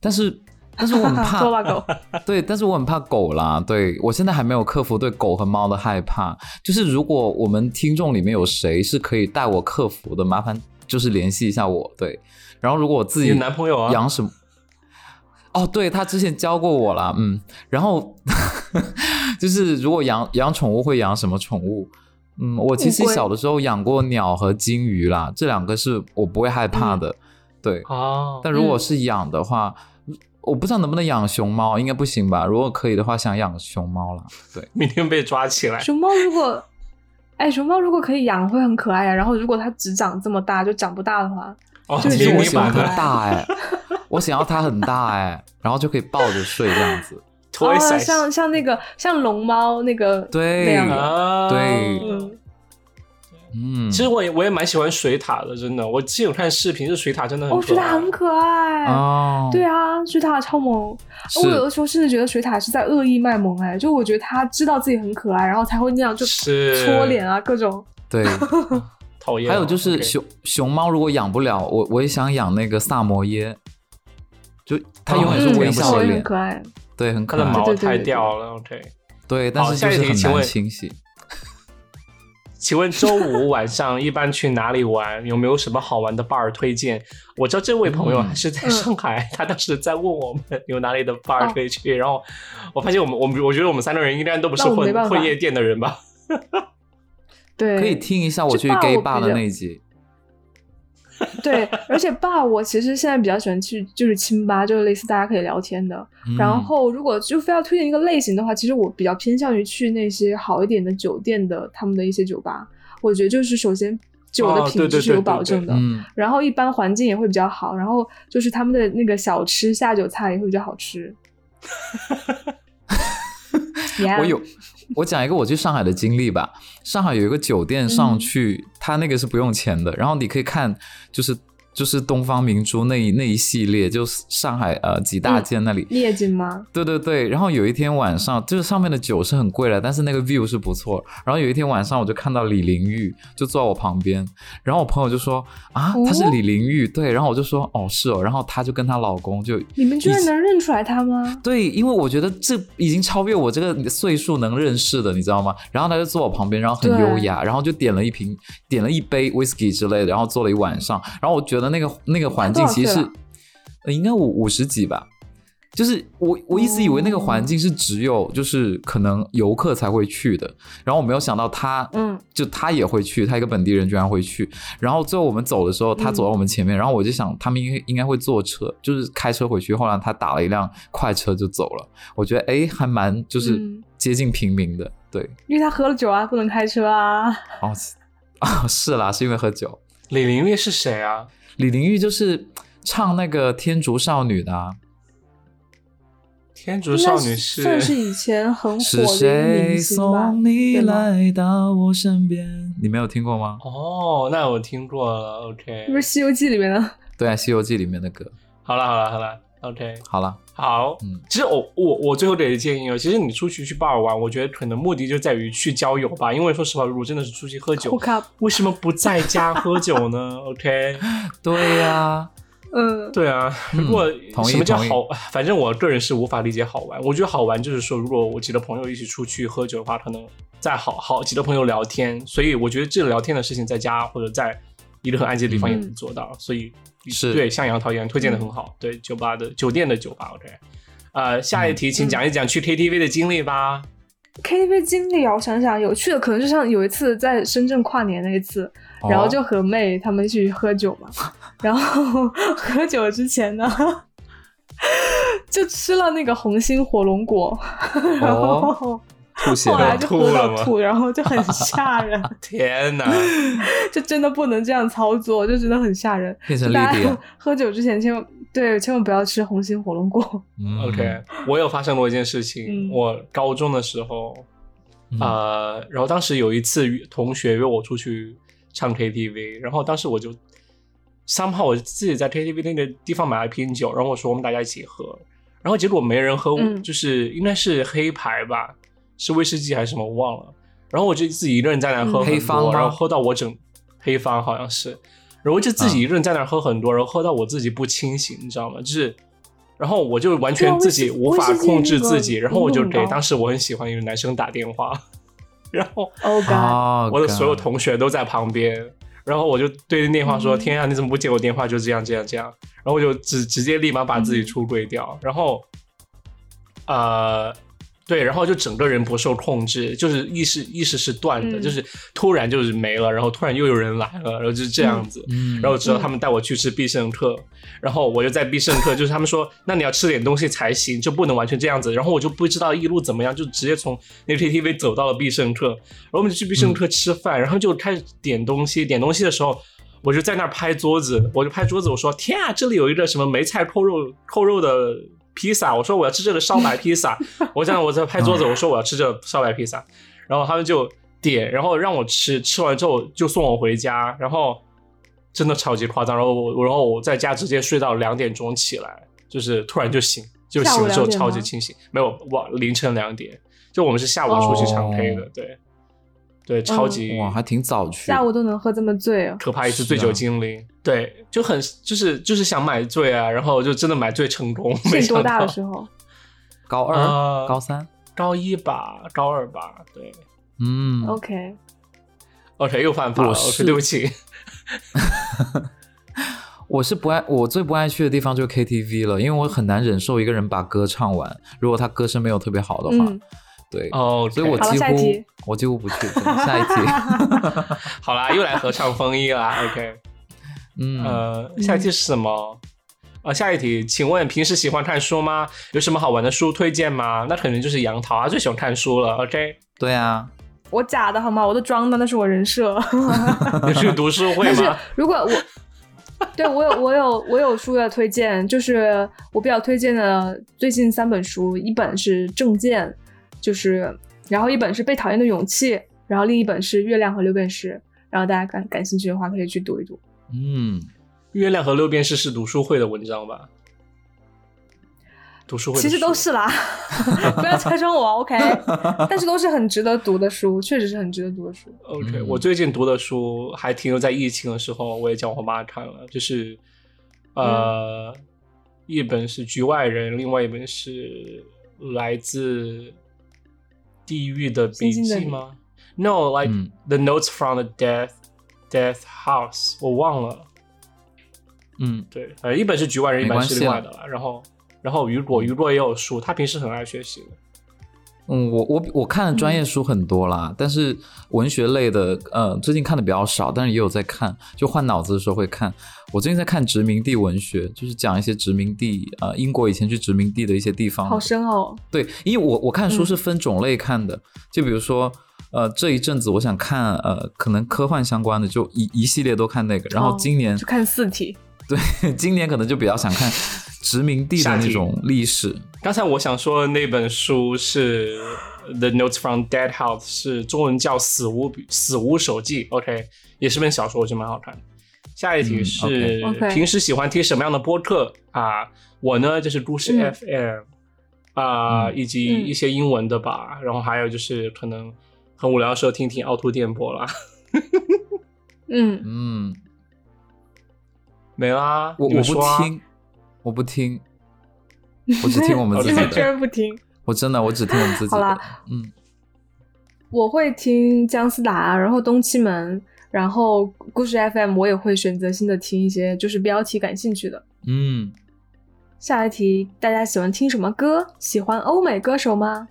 Speaker 3: 但是，但是我很怕
Speaker 2: [laughs] 拖把狗，
Speaker 3: 对，但是我很怕狗啦。对我现在还没有克服对狗和猫的害怕。就是如果我们听众里面有谁是可以带我克服的，麻烦就是联系一下我。对，然后如果我自己
Speaker 1: 你的男朋友啊
Speaker 3: 养什么？哦，对他之前教过我啦。嗯，然后 [laughs] 就是如果养养宠物会养什么宠物？嗯，我其实
Speaker 2: 乌龟
Speaker 3: 小的时候养过鸟和金鱼啦，这两个是我不会害怕的。
Speaker 1: 嗯
Speaker 3: 对，
Speaker 2: 哦
Speaker 1: 啊，
Speaker 3: 但如果是养的话，我不知道能不能养熊猫，应该不行吧？如果可以的话，想养熊猫啦。对，
Speaker 1: 明天被抓起来。
Speaker 2: 熊猫如果，哎，熊猫如果可以养会很可爱呀、啊然后如果它只长这么大就长不大的话，
Speaker 1: 哦，
Speaker 2: 就
Speaker 3: 其
Speaker 2: 是
Speaker 1: 你
Speaker 3: 实我
Speaker 1: 你
Speaker 3: 喜
Speaker 1: 把
Speaker 3: 欢
Speaker 2: 它
Speaker 3: 它
Speaker 1: 它 [laughs]
Speaker 3: 大哎、我想要它很大哎、然后就可以抱着睡这样子。
Speaker 1: 推
Speaker 2: 哦，
Speaker 1: 塞
Speaker 2: 像像那个像龙猫那个那
Speaker 3: 对
Speaker 2: 样的，
Speaker 1: 啊，
Speaker 3: 嗯对
Speaker 2: 嗯，
Speaker 3: 嗯，
Speaker 1: 其实我也我也蛮喜欢水獭的，真的。我之前有看视频，这水獭真的很
Speaker 2: 哦，水
Speaker 1: 可
Speaker 2: 獭
Speaker 1: 爱。
Speaker 2: 很可爱，
Speaker 3: 哦，
Speaker 2: 对啊，水獭超萌。哦
Speaker 3: 是
Speaker 2: 我有的时候甚至觉得水獭是在恶意卖萌，哎，就我觉得它知道自己很可爱，然后才会那样就是搓脸啊，各种。
Speaker 1: [laughs]
Speaker 3: 对，
Speaker 1: 讨厌啊。
Speaker 3: 还有就
Speaker 1: OK
Speaker 3: 是熊熊猫，如果养不了，我我也想养那个萨摩耶，就它
Speaker 1: 哦
Speaker 3: 永远
Speaker 1: 这
Speaker 3: 是
Speaker 1: 个
Speaker 2: 嗯，
Speaker 3: 微
Speaker 1: 也不
Speaker 2: 小
Speaker 3: 笑
Speaker 1: 行
Speaker 3: 的
Speaker 2: 也
Speaker 3: 脸
Speaker 2: 很，可爱。
Speaker 3: 对，很
Speaker 1: 它
Speaker 3: 可
Speaker 1: 的
Speaker 3: 爱，
Speaker 1: 毛
Speaker 2: 对对对
Speaker 1: 太
Speaker 2: 对
Speaker 1: 掉了。OK，
Speaker 3: 对，
Speaker 1: 好
Speaker 3: 但是
Speaker 1: 下
Speaker 3: 就
Speaker 1: 一
Speaker 3: 是
Speaker 1: 题
Speaker 3: 很
Speaker 1: 请
Speaker 3: 难
Speaker 1: 问
Speaker 3: 清洗。
Speaker 1: 请问周五晚上一般去哪里玩？有没有什么好玩的 bar 推荐？我知道这位朋友
Speaker 3: 嗯
Speaker 1: 是在
Speaker 2: 嗯
Speaker 1: 上海，他当时在问我们有哪里的 bar 可以去，然后我发现我们我们我觉得我们三个人应该都不是
Speaker 2: 那我没办
Speaker 1: 混
Speaker 2: 法
Speaker 1: 混夜店的人吧？
Speaker 2: 对，
Speaker 3: 可以听一下我
Speaker 2: 就
Speaker 3: 去
Speaker 2: 爸
Speaker 3: gay
Speaker 2: 我
Speaker 3: 吧
Speaker 2: 比
Speaker 3: 的
Speaker 2: 较
Speaker 3: 那一集，
Speaker 2: 对，而且爸，我其实现在比较喜欢去就是清吧，就是类似大家可以聊天的。
Speaker 3: 嗯
Speaker 2: 然后如果就非要推荐一个类型的话，其实我比较偏向于去那些好一点的酒店的他们的一些酒吧。我觉得就是首先酒的
Speaker 1: 哦对
Speaker 2: 品
Speaker 1: 对
Speaker 2: 质是
Speaker 1: 对
Speaker 2: 有
Speaker 1: 对
Speaker 2: 保
Speaker 1: 对
Speaker 2: 证的，
Speaker 3: 嗯，
Speaker 2: 然后一般环境也会比较好，然后就是他们的那个小吃下酒菜也会比较好吃。Yeah 啊
Speaker 3: 我有，我讲一个我去上海的经历吧。上海有一个酒店上
Speaker 2: 嗯
Speaker 3: 去，它那个是不用钱的，然后你可以看，就是就是东方明珠那一那一系列，就是上海呃几大
Speaker 2: 嗯
Speaker 3: 件那里。
Speaker 2: 夜景吗？
Speaker 3: 对对对，然后有一天晚上，就是上面的酒是很贵了，但是那个 view 是不错。然后有一天晚上，我就看到李玲玉就坐在我旁边，然后我朋友就说啊，她是
Speaker 2: 哦
Speaker 3: 李玲玉，对，然后我就说哦是哦，然后她就跟她老公就
Speaker 2: 你们居
Speaker 3: 一
Speaker 2: 然
Speaker 3: 起
Speaker 2: 能认出来他吗？
Speaker 3: 对，因为我觉得这已经超越我这个岁数能认识的，你知道吗？然后他就坐我旁边，然后很优雅，然后就点了一瓶，点了一杯 whisky 之类的，然后坐了一晚上。然后我觉得那个那个环境
Speaker 2: 他多少
Speaker 3: 其实
Speaker 2: 岁
Speaker 3: 是
Speaker 2: 了，
Speaker 3: 呃，应该五五十几吧。就是我我一直以为那个环境是只有就是可能游客才会去的，然后我没有想到他，
Speaker 2: 嗯，
Speaker 3: 就他也会去，他一个本地人居然会去。然后最后我们走的时候，
Speaker 2: 嗯
Speaker 3: 他走到我们前面，然后我就想他们应该应该会坐车，就是开车回去。后来他打了一辆快车就走了，我觉得哎，还蛮就是
Speaker 2: 嗯
Speaker 3: 接近平民的，对。
Speaker 2: 因为他喝了酒啊，不能开车啊。
Speaker 3: [laughs] 哦，啊、是啦，是因为喝酒。
Speaker 1: [laughs] 李玲玉是谁啊？
Speaker 3: 李玲玉就是唱那个《天竺少女》的、啊，
Speaker 1: 天竺少
Speaker 2: 应
Speaker 1: 女
Speaker 2: 该 [laughs] 算是以前很火
Speaker 3: 是
Speaker 2: 的一个
Speaker 3: 谁
Speaker 2: 明星吧
Speaker 3: 送你
Speaker 2: 对吗
Speaker 3: 来到我身边？你没有听过吗？
Speaker 1: 哦，那我听过了。OK，
Speaker 2: 不是《西游记》里面的，
Speaker 3: 对啊，《西游记》里面的歌。
Speaker 1: 好了好了好了，OK，
Speaker 3: 好了，
Speaker 1: 好。
Speaker 3: 嗯，
Speaker 1: 其实我我我最后给的建议哦，其实你出去去 bar 玩，我觉得可能目的就在于去交友吧。因为说实话，如果真的是出去喝酒
Speaker 2: hook，up，
Speaker 1: 为什么不在家喝酒
Speaker 3: [laughs]
Speaker 1: 呢？OK，
Speaker 3: 对呀、
Speaker 2: 嗯，
Speaker 1: 对啊，
Speaker 3: 嗯
Speaker 1: 如果
Speaker 3: 同意
Speaker 1: 什么叫
Speaker 3: 同意
Speaker 1: 好，反正我个人是无法理解好玩。我觉得好玩就是说，如果我几个朋友一起出去喝酒的话，可能再好好几个朋友聊天，所以我觉得这聊天的事情在家或者在一个很安静的地方也能做到。所以
Speaker 3: 嗯是
Speaker 1: 对，像杨桃一样推荐的很好，对酒吧的酒店的酒吧，OK。呃，下一题，请讲一讲
Speaker 3: 嗯
Speaker 1: 去 KTV 的经历吧。
Speaker 2: KTV 经历啊，我想想，有趣的可能就像有一次在深圳跨年那一次，[laughs]
Speaker 3: 哦
Speaker 2: 然后就和妹他们一起去喝酒
Speaker 1: [laughs]
Speaker 2: 嘛，然后喝酒之前呢， [laughs] 就吃了那个红心火龙果，然后
Speaker 3: 哦吐
Speaker 2: [laughs]
Speaker 3: 血
Speaker 2: 后来
Speaker 3: 了
Speaker 2: 就
Speaker 1: 吐
Speaker 2: 喝
Speaker 1: 了
Speaker 2: 到
Speaker 1: 吗
Speaker 2: 吐，然后
Speaker 1: [laughs]
Speaker 2: 就很吓人，
Speaker 1: 天
Speaker 3: [laughs]
Speaker 1: 哪，嗯
Speaker 2: 就真的不能这样操作，就真的很吓人。
Speaker 3: 变成绿
Speaker 1: 啊
Speaker 2: 大
Speaker 3: 点
Speaker 1: [laughs]
Speaker 2: 家。喝酒之前千万对千万不要吃红心火龙果，
Speaker 3: 嗯
Speaker 1: OK，我有发生过一件事情，
Speaker 2: 嗯
Speaker 1: 我高中的时候，
Speaker 3: 嗯
Speaker 1: 呃，然后当时有一次约同学约我出去唱 KTV，然后当时我就三号我自己在 KTV 那个地方买了瓶酒，然后我说我们大家一起喝，然后结果没人喝，
Speaker 2: 嗯
Speaker 1: 就是应该是黑牌吧，是威士忌还是什么我忘了，然后我就自己一个人在那喝
Speaker 2: 嗯
Speaker 1: 很多
Speaker 3: 黑方吗
Speaker 1: 然后喝到我整黑方好像是，然后就自己一个人在那儿喝很多，然后喝到我自己不清醒，你知道吗？就是，然后我就完
Speaker 2: 对啊
Speaker 1: 全
Speaker 2: 威
Speaker 1: 自
Speaker 2: 士
Speaker 1: 己无法
Speaker 2: 威士忌
Speaker 1: 控制
Speaker 2: 那个
Speaker 1: 自己，然后我就
Speaker 2: 浓度
Speaker 1: 给
Speaker 2: 很高
Speaker 1: 当时我很喜欢一个男生打电话，然后
Speaker 2: 哦 god，
Speaker 3: 哦，
Speaker 1: 我的所有
Speaker 3: God
Speaker 1: 同学都在旁边，然后我就对着电话说：“
Speaker 2: 嗯
Speaker 1: 天啊，你怎么不接我电话？”就这样这样这样，然后我就直直接立马把自己出柜
Speaker 2: 嗯
Speaker 1: 掉，然后，呃。对，然后就整个人不受控制，就是意识意识是断的，
Speaker 2: 嗯
Speaker 1: 就是突然就是没了，然后突然又有人来了，然后就是这样子。
Speaker 3: 嗯，
Speaker 1: 然后之后他们带我去吃必胜客，然后我就在必胜客，就是他们说，那你要吃点东西才行，就不能完全这样子。然后我就不知道一路怎么样，就直接从那个 KTV 走到了必胜客，然后我们就去必胜客吃饭，然后就开始点东西。点东西的时候，我就在那儿拍桌子，我就拍桌子，我说：“天啊，这里有一个什么梅菜扣肉扣肉的披萨，我说我要吃这个烧白披萨。”我这样我在拍桌子，
Speaker 3: 嗯
Speaker 1: 我说我要吃这个烧白披萨，然后他们就点，然后让我吃，吃完之后就送我回家，然后真的超级夸张。然后我，然后我在家直接睡到两点钟起来，就是突然就醒，就醒了之后
Speaker 2: 下午两点吗
Speaker 1: 超级清醒，没有，我凌晨两点，就我们是下午出去唱 K 的，对，对，超级、
Speaker 3: 哦嗯哇，还挺早去，
Speaker 2: 下午都能喝这么醉哦，
Speaker 1: 可怕一次
Speaker 3: 是
Speaker 1: 醉酒
Speaker 3: 啊
Speaker 1: 经历，对，就很就是就是想买醉啊，然后就真的买醉成功，没
Speaker 2: 是你
Speaker 1: 想
Speaker 2: 多大
Speaker 1: 到
Speaker 2: 的时候？
Speaker 3: 高二、
Speaker 1: 呃
Speaker 3: 高三，
Speaker 1: 高一吧，高二吧，对
Speaker 3: 嗯
Speaker 2: OK，
Speaker 1: ，OK 哦又犯法了
Speaker 3: 我
Speaker 1: ，OK
Speaker 3: 是
Speaker 1: 对不起，
Speaker 3: 我是不爱我最不爱去的地方就是 KTV 了，因为我很难忍受一个人把歌唱完，如果他歌声没有特别好的话，
Speaker 2: 嗯，
Speaker 3: 对，
Speaker 1: 哦，
Speaker 3: 所以我
Speaker 2: 好了
Speaker 3: 几
Speaker 2: 下一题
Speaker 3: 乎我几乎不去。真的下一
Speaker 2: [laughs]
Speaker 3: 题，
Speaker 1: 好啦，又来合唱风衣
Speaker 3: [laughs]
Speaker 1: 啦，OK，
Speaker 3: 嗯，
Speaker 1: 呃，下一题是什么？呃，下一题，请问平时喜欢看书吗？有什么好玩的书推荐吗？那可能就是杨桃啊，最喜欢看书了。OK，
Speaker 3: [laughs] 对啊，
Speaker 2: 我假的好吗？我都装的，那是我人设。
Speaker 1: 你去读书会
Speaker 2: 但
Speaker 3: [laughs]
Speaker 2: 是
Speaker 1: 吗？
Speaker 2: 如果我对我有我有我有书要推荐，就是我比较推荐的最近三本书，一本是《证件》，就是然后一本是《被讨厌的勇气》，然后另一本是《月亮和六便士》，然后大家感感兴趣的话可以去读一读。
Speaker 3: 嗯，
Speaker 1: 月亮和六便士是读书会的文章吧？读书会的
Speaker 2: 其实都
Speaker 1: 书
Speaker 2: 是啦， [laughs] 不要拆穿我，OK？但是
Speaker 3: [laughs]
Speaker 2: 都是很值得读的书，确实是很值得读的书。
Speaker 1: OK，、
Speaker 3: 嗯
Speaker 1: 我最近读的书还停留在疫情的时候，我也叫我妈看了，就是呃，一本是《局外人》，另外一本是《来自地狱的笔
Speaker 2: 星
Speaker 1: 记
Speaker 2: 星的》你
Speaker 1: 吗？No，like、
Speaker 3: 嗯
Speaker 1: the notes from the death death house，我忘了。
Speaker 3: 嗯
Speaker 1: 对，呃，一本是《局外人》，一
Speaker 3: 没
Speaker 1: 本
Speaker 3: 关
Speaker 1: 是
Speaker 3: 系
Speaker 1: 另外
Speaker 3: 啦
Speaker 1: 的了。然后，然后雨果，雨果也有书，他平时很爱学习的。
Speaker 3: 嗯，我我我看的专
Speaker 2: 嗯
Speaker 3: 业书很多啦，但是文学类的，呃，最近看的比较少，但是也有在看，就换脑子的时候会看。我最近在看殖民地文学，就是讲一些殖民地，呃，英国以前去殖民地的一些地方，
Speaker 2: 好深哦，
Speaker 3: 对，因为我我看书
Speaker 2: 嗯
Speaker 3: 是分种类看的，就比如说呃这一阵子我想看呃可能科幻相关的，就一一系列都看那个。然后今年、 [laughs]
Speaker 2: 哦就看四体，
Speaker 3: 对今年可能就比较想看殖民地的
Speaker 1: 下
Speaker 3: 那
Speaker 1: 集
Speaker 3: 种历史。
Speaker 1: 刚才我想说的那本书是《The Notes from Dead House》，是中文叫《死屋笔死屋手记》。OK，也是本小说，我觉得蛮好看的。下一题
Speaker 3: 嗯
Speaker 1: 是、
Speaker 2: OK
Speaker 1: 平时喜欢听什么样的播客啊？我呢就是都市
Speaker 2: 嗯
Speaker 1: FM 啊、
Speaker 3: 嗯
Speaker 1: 以及一些英文的吧，然后还有就是可能很无聊的时候听听凹凸电波啦，
Speaker 2: 嗯，
Speaker 3: 嗯，
Speaker 1: 没啦。
Speaker 3: 我
Speaker 1: 你
Speaker 3: 我
Speaker 1: 们说啊
Speaker 3: 不，听，我不
Speaker 1: [laughs]
Speaker 3: 听，我只听我们自
Speaker 1: 哦
Speaker 3: 己
Speaker 2: 他居
Speaker 3: 的。
Speaker 2: 然不听。
Speaker 3: 我真的我只听我们自己
Speaker 2: 好
Speaker 3: 的
Speaker 2: 啦。
Speaker 3: 嗯，
Speaker 2: 我会听姜思达，然后东七门，然后故事 FM，我也会选择性的听一些就是标题感兴趣的。
Speaker 3: 嗯，
Speaker 2: 下一题，大家喜欢听什么歌？喜欢欧美歌手吗？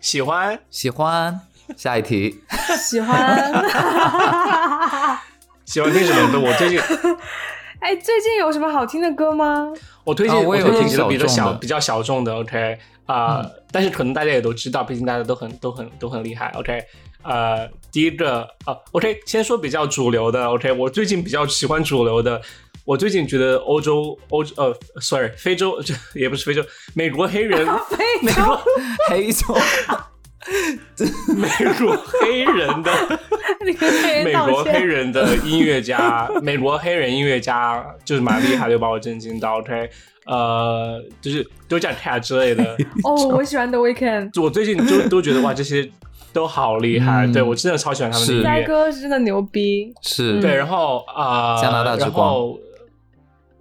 Speaker 1: 喜欢
Speaker 3: 喜欢。下一题，
Speaker 2: 喜欢。
Speaker 1: 喜欢听什么的？我最近
Speaker 2: [laughs] 哎，最近有什么好听的歌吗？
Speaker 1: 我推荐、
Speaker 3: 啊我也
Speaker 1: 推
Speaker 3: 有
Speaker 1: 荐
Speaker 3: 听
Speaker 1: 几个比较
Speaker 3: 小众
Speaker 1: 小
Speaker 3: 的嗯
Speaker 1: 比较小众的，OK 啊、但是可能大家也都知道，毕竟大家都很都很都很厉害，OK 呃，第一个啊，OK，先说比较主流的，OK，我最近比较喜欢主流的，我最近觉得欧洲欧呃，sorry，非洲 [laughs] 这也不是非洲，美国黑
Speaker 3: [laughs]
Speaker 1: 人
Speaker 2: 非
Speaker 1: 美
Speaker 2: 洲
Speaker 1: 国 [laughs]
Speaker 3: 黑总，
Speaker 1: 美国黑人的
Speaker 2: 你跟别人
Speaker 1: 美
Speaker 2: 道
Speaker 1: 国黑
Speaker 2: 歉。
Speaker 1: 人的音乐家，美国黑人音乐家就是蛮厉害的，就把我震惊到，OK，呃，就是都叫 Cat 之类
Speaker 3: [laughs]
Speaker 1: 的。
Speaker 2: [laughs] 哦，我喜欢 The Weeknd，
Speaker 1: 我最近就都觉得哇，这些都好厉害，
Speaker 3: 嗯
Speaker 1: 对我真的超喜欢他们的
Speaker 3: 是
Speaker 1: 音
Speaker 2: 呆
Speaker 1: 乐。
Speaker 2: 哥是真的牛逼。
Speaker 3: 是
Speaker 1: 对，然后啊，呃、
Speaker 3: 加拿大之
Speaker 1: 然
Speaker 3: 光
Speaker 1: 后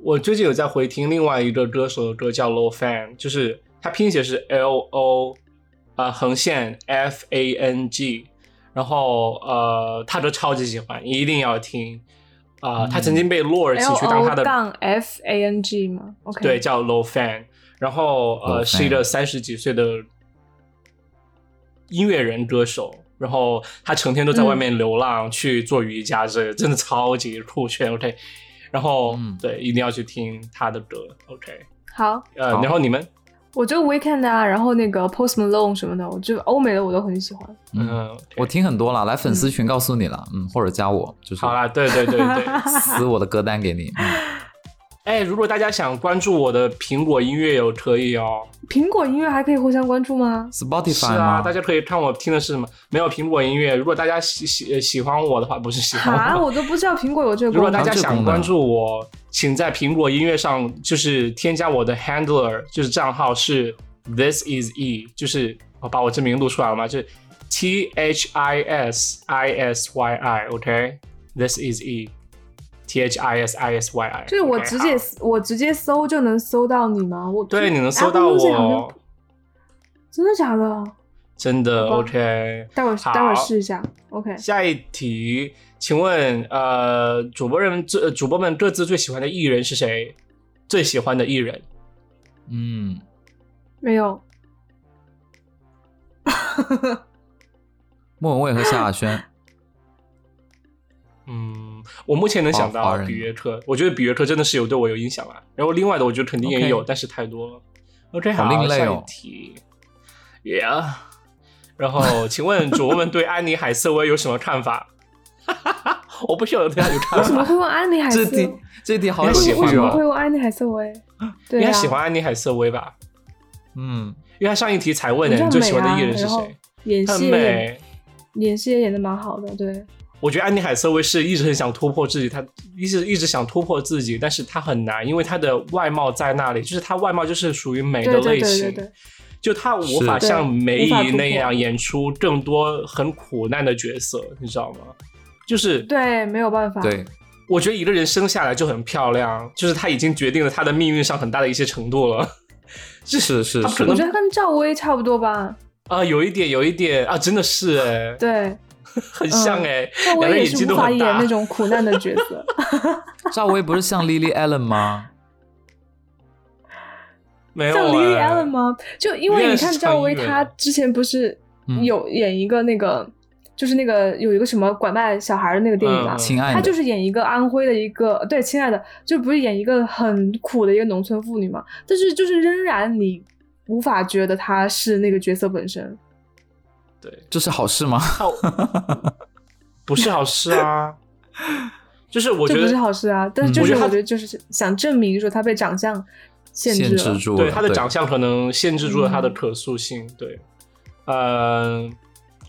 Speaker 1: 我最近有在回听另外一个歌手的歌叫 Low Fan，就是他拼写是 L O 啊、呃、横线 F A N G，然后呃，他都超级喜欢，一定要听。啊、
Speaker 3: 嗯
Speaker 1: 他曾经被洛尔请
Speaker 2: L
Speaker 1: 去当
Speaker 2: O
Speaker 1: 他的
Speaker 2: 杠 F A N G 吗？OK，
Speaker 1: 对，叫 Low Fan，然后
Speaker 3: Lo
Speaker 1: 呃
Speaker 3: Fan
Speaker 1: 是一个三十几岁的音乐人歌手，然后他成天都在外面流浪、去做瑜伽之类的，真的超级酷炫。OK，然后、
Speaker 3: 嗯
Speaker 1: 对，一定要去听他的歌。OK，
Speaker 2: 好，
Speaker 1: 呃，
Speaker 3: 好
Speaker 1: 然后你们，
Speaker 2: 我就 Weekend 啊，然后那个 Post Malone 什么的，我就欧美的我都很喜欢。
Speaker 1: 嗯，
Speaker 3: 嗯，
Speaker 1: OK
Speaker 3: 我听很多了，来粉丝群告诉你了，嗯，或者加我，就是
Speaker 1: 好啦，对对对对。
Speaker 3: [laughs] 撕我的歌单给你。
Speaker 1: [laughs]
Speaker 3: 嗯
Speaker 1: 哎，如果大家想关注我的苹果音乐有可以哦。
Speaker 2: 苹果音乐还可以互相关注吗？
Speaker 1: 是啊，
Speaker 3: Spotify 吗
Speaker 1: 大？家可以看我听的是什么。没有苹果音乐，如果大家喜喜呃喜欢我的话，不是喜欢
Speaker 2: 啊，
Speaker 1: 我，
Speaker 2: 我都不知道苹果有这个
Speaker 1: 如果
Speaker 2: 功
Speaker 1: 大
Speaker 2: 能。
Speaker 1: 家
Speaker 3: 这功
Speaker 1: 想
Speaker 3: 能
Speaker 1: 关注我，请在苹果音乐上就是添加我的 handler，就是账号是 this is e，就是我把我这名录出来了吗？就是 t h i s i s y i，OK，this、is e，t h i s i s y i，
Speaker 2: 就是我直接我直接搜就能搜到你吗？我
Speaker 1: 啊对你能搜
Speaker 2: Apple
Speaker 1: 到
Speaker 2: Music 好像
Speaker 1: 我
Speaker 2: 不，真的假的？
Speaker 1: 真的
Speaker 2: 好吧
Speaker 1: OK。
Speaker 2: 待会儿
Speaker 1: 好
Speaker 2: 待会儿试一下。OK，
Speaker 1: 下一题，请问呃，主播们最主播们各自最喜欢的艺人是谁？最喜欢的艺人？
Speaker 3: 嗯，
Speaker 2: 没有。
Speaker 3: 莫文蔚和萧
Speaker 1: [laughs]
Speaker 3: 亚轩。
Speaker 1: 嗯，我目前能想
Speaker 3: 华
Speaker 1: 到
Speaker 3: 华人
Speaker 1: 比约克，我觉得比约克真的是有对我有影响啊。然后另外的，我觉得肯定也有
Speaker 3: OK
Speaker 1: 但是太多了。OK，
Speaker 3: 好
Speaker 1: 好，
Speaker 3: 另类
Speaker 1: 下
Speaker 3: 哦
Speaker 1: 一题，Yeah。然
Speaker 3: [laughs]
Speaker 1: 后，请问主播们对安妮海瑟薇有什么看法？ [laughs] [laughs] 我不需要对她有看
Speaker 2: 为什么
Speaker 1: 法，
Speaker 2: 会问安妮
Speaker 1: 哎
Speaker 2: 海
Speaker 3: 这
Speaker 2: 瑟？
Speaker 1: 哦
Speaker 3: 题这题好
Speaker 1: 你
Speaker 3: 有
Speaker 1: 还喜
Speaker 3: 趣
Speaker 2: 为
Speaker 1: 欢
Speaker 2: 什么
Speaker 1: 吗
Speaker 2: 会
Speaker 3: 哦。
Speaker 2: 问安妮海瑟薇？
Speaker 1: 应
Speaker 2: [laughs] 对
Speaker 1: 该
Speaker 2: 呀、啊，
Speaker 1: 喜欢安妮海瑟薇吧？
Speaker 3: 嗯，
Speaker 1: 因为她上一题才
Speaker 2: 我
Speaker 1: 问
Speaker 2: 觉得
Speaker 1: 人
Speaker 2: 很
Speaker 1: 最喜欢
Speaker 2: 美啊
Speaker 1: 的艺人是
Speaker 2: 然后
Speaker 1: 谁，
Speaker 2: 演
Speaker 1: 很
Speaker 2: 戏也演
Speaker 1: 美。
Speaker 2: 演戏也演的蛮好的，对。
Speaker 1: 我觉得安妮海瑟薇是一直很想突破自己，她一直一直想突破自己，但是她很难，因为她的外貌在那里，就是她外貌就是属于美的
Speaker 2: 对对
Speaker 1: 类
Speaker 2: 对
Speaker 1: 型，
Speaker 2: 对对，
Speaker 1: 就她无
Speaker 3: 是
Speaker 1: 法
Speaker 2: 对
Speaker 1: 像梅
Speaker 2: 无法突
Speaker 1: 姨
Speaker 2: 破
Speaker 1: 那样演出更多很苦难的角色，你知道吗？就是
Speaker 2: 对，没有办法。
Speaker 1: [laughs]
Speaker 3: 对，
Speaker 1: 我觉得一个人生下来就很漂亮，就是她已经决定了她的命运上很大的一些程度了。 [laughs] 就是
Speaker 3: 是
Speaker 1: 她
Speaker 3: 是
Speaker 1: 可
Speaker 2: 我
Speaker 1: 能
Speaker 2: 觉得跟赵薇差不多吧。
Speaker 1: 啊、有一点，有一点啊，真的是哎，
Speaker 2: 对，嗯
Speaker 1: 很像哎，
Speaker 2: 赵
Speaker 1: 两
Speaker 2: 薇
Speaker 1: 个
Speaker 2: 也
Speaker 1: 眼
Speaker 2: 是
Speaker 1: 睛
Speaker 2: 无
Speaker 1: 都
Speaker 2: 法
Speaker 1: 很
Speaker 2: 演
Speaker 1: 大
Speaker 2: 那。种苦难的角色。
Speaker 3: 赵薇不是像 Lily Allen
Speaker 1: 嗯
Speaker 3: 吗？
Speaker 1: [laughs] 没有
Speaker 2: 像
Speaker 1: 哎
Speaker 2: Lily Allen 吗？就因为
Speaker 1: Lily
Speaker 2: 你
Speaker 1: Allen
Speaker 2: 看
Speaker 1: 是
Speaker 2: 赵薇，
Speaker 1: 成员
Speaker 2: 她之前不是
Speaker 3: 嗯
Speaker 2: 有演一个那个，就是那个有一个什么拐卖小孩的那个电影嘛
Speaker 1: 嗯，
Speaker 3: 亲爱
Speaker 2: 她就
Speaker 3: 的，
Speaker 2: 是演一个安徽的一个，对，亲爱的，就不是演一个很苦的一个农村妇女嘛，但是就是仍然你无法觉得她是那个角色本身，
Speaker 1: 对，
Speaker 3: 这是好事吗？
Speaker 1: [laughs] 不是好事啊。就是我
Speaker 2: 这
Speaker 1: 觉
Speaker 2: 不是
Speaker 1: 得，
Speaker 2: 好事啊，但是
Speaker 3: 嗯
Speaker 2: 就
Speaker 1: 我
Speaker 2: 是
Speaker 1: 觉得他
Speaker 2: 我觉得就是想证明说他被长相限
Speaker 3: 限
Speaker 2: 了
Speaker 3: 制，住了，
Speaker 1: 对他的长相可能限制住了他的可塑性。对，嗯、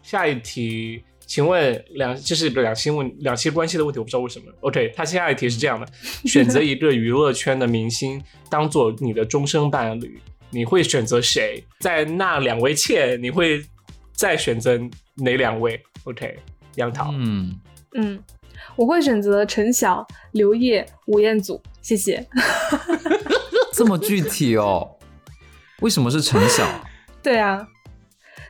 Speaker 1: 下一题，请问两这是两性问两性关系的问题，我不知道为什么。OK，他下一题是这 [laughs] 样的：选择一个娱乐圈的明星当做你的终生伴侣，你会选择谁？在那两位妾，你会再选择哪两位？OK，杨桃，
Speaker 3: 嗯，
Speaker 2: 嗯，我会选择陈晓、刘烨、吴彦祖，谢谢。 [laughs]
Speaker 3: 这么具体哦？为什么是陈晓？
Speaker 2: 对啊，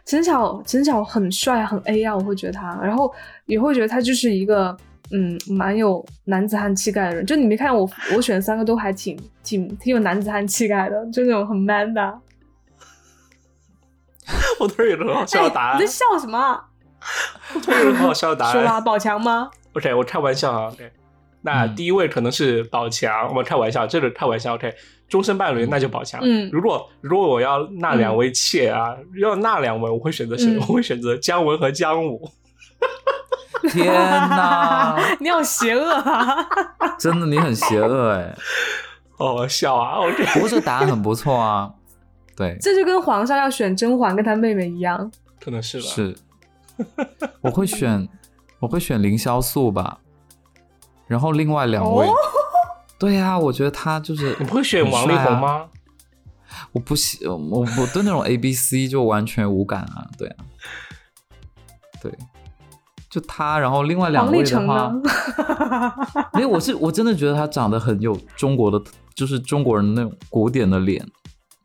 Speaker 2: 陈晓，陈晓很帅，很 A 啊，我会觉得他，然后也会觉得他就是一个嗯，蛮有男子汉气概的人。就你没看我，我选三个都还挺挺挺有男子汉气概的，就那种很 man 的。
Speaker 1: [laughs] 我突然有个
Speaker 3: 哦
Speaker 1: 很好笑的答
Speaker 2: 哎
Speaker 1: 案
Speaker 2: 你在，笑什么啊？
Speaker 1: 我突然有个很好笑的答
Speaker 2: 说
Speaker 1: 案
Speaker 2: 吧，。宝强吗？
Speaker 1: OK，我开玩笑啊。OK，那
Speaker 3: 嗯
Speaker 1: 第一位可能是宝强，我们开玩笑，这个开玩笑。OK，终身伴侣那就宝
Speaker 3: 啊
Speaker 1: 强。
Speaker 2: 嗯
Speaker 1: 如果如果我要纳两位妾啊，要纳两位，我会选择谁？
Speaker 2: 嗯
Speaker 1: 我会选择姜文和姜武。
Speaker 3: 天哪，
Speaker 2: [laughs] 你好邪恶啊！ [laughs]
Speaker 3: 真的你很邪恶哎！
Speaker 1: 好好笑啊！OK，
Speaker 3: 不过这个答案很不错啊，对，
Speaker 2: 这就跟皇上要选甄嬛跟他妹妹一样。
Speaker 1: 可能是吧。
Speaker 3: 是，我会选，我会选凌潇肃吧，然后另外两位，
Speaker 2: 哦
Speaker 3: 对呀、我觉得他就是
Speaker 1: 你不会选
Speaker 3: 很
Speaker 1: 王力
Speaker 3: 帅啊
Speaker 1: 宏？吗？
Speaker 3: 我不喜，我我对那种 A B C 就完全无感啊，对啊，对，就他，然后另外两
Speaker 2: 黄
Speaker 3: 位
Speaker 2: 立
Speaker 3: 的
Speaker 2: 成
Speaker 3: 话
Speaker 2: 呢，？ [laughs]
Speaker 3: 没有，我是我真的觉得他长得很有中国的，就是中国人那种古典的脸，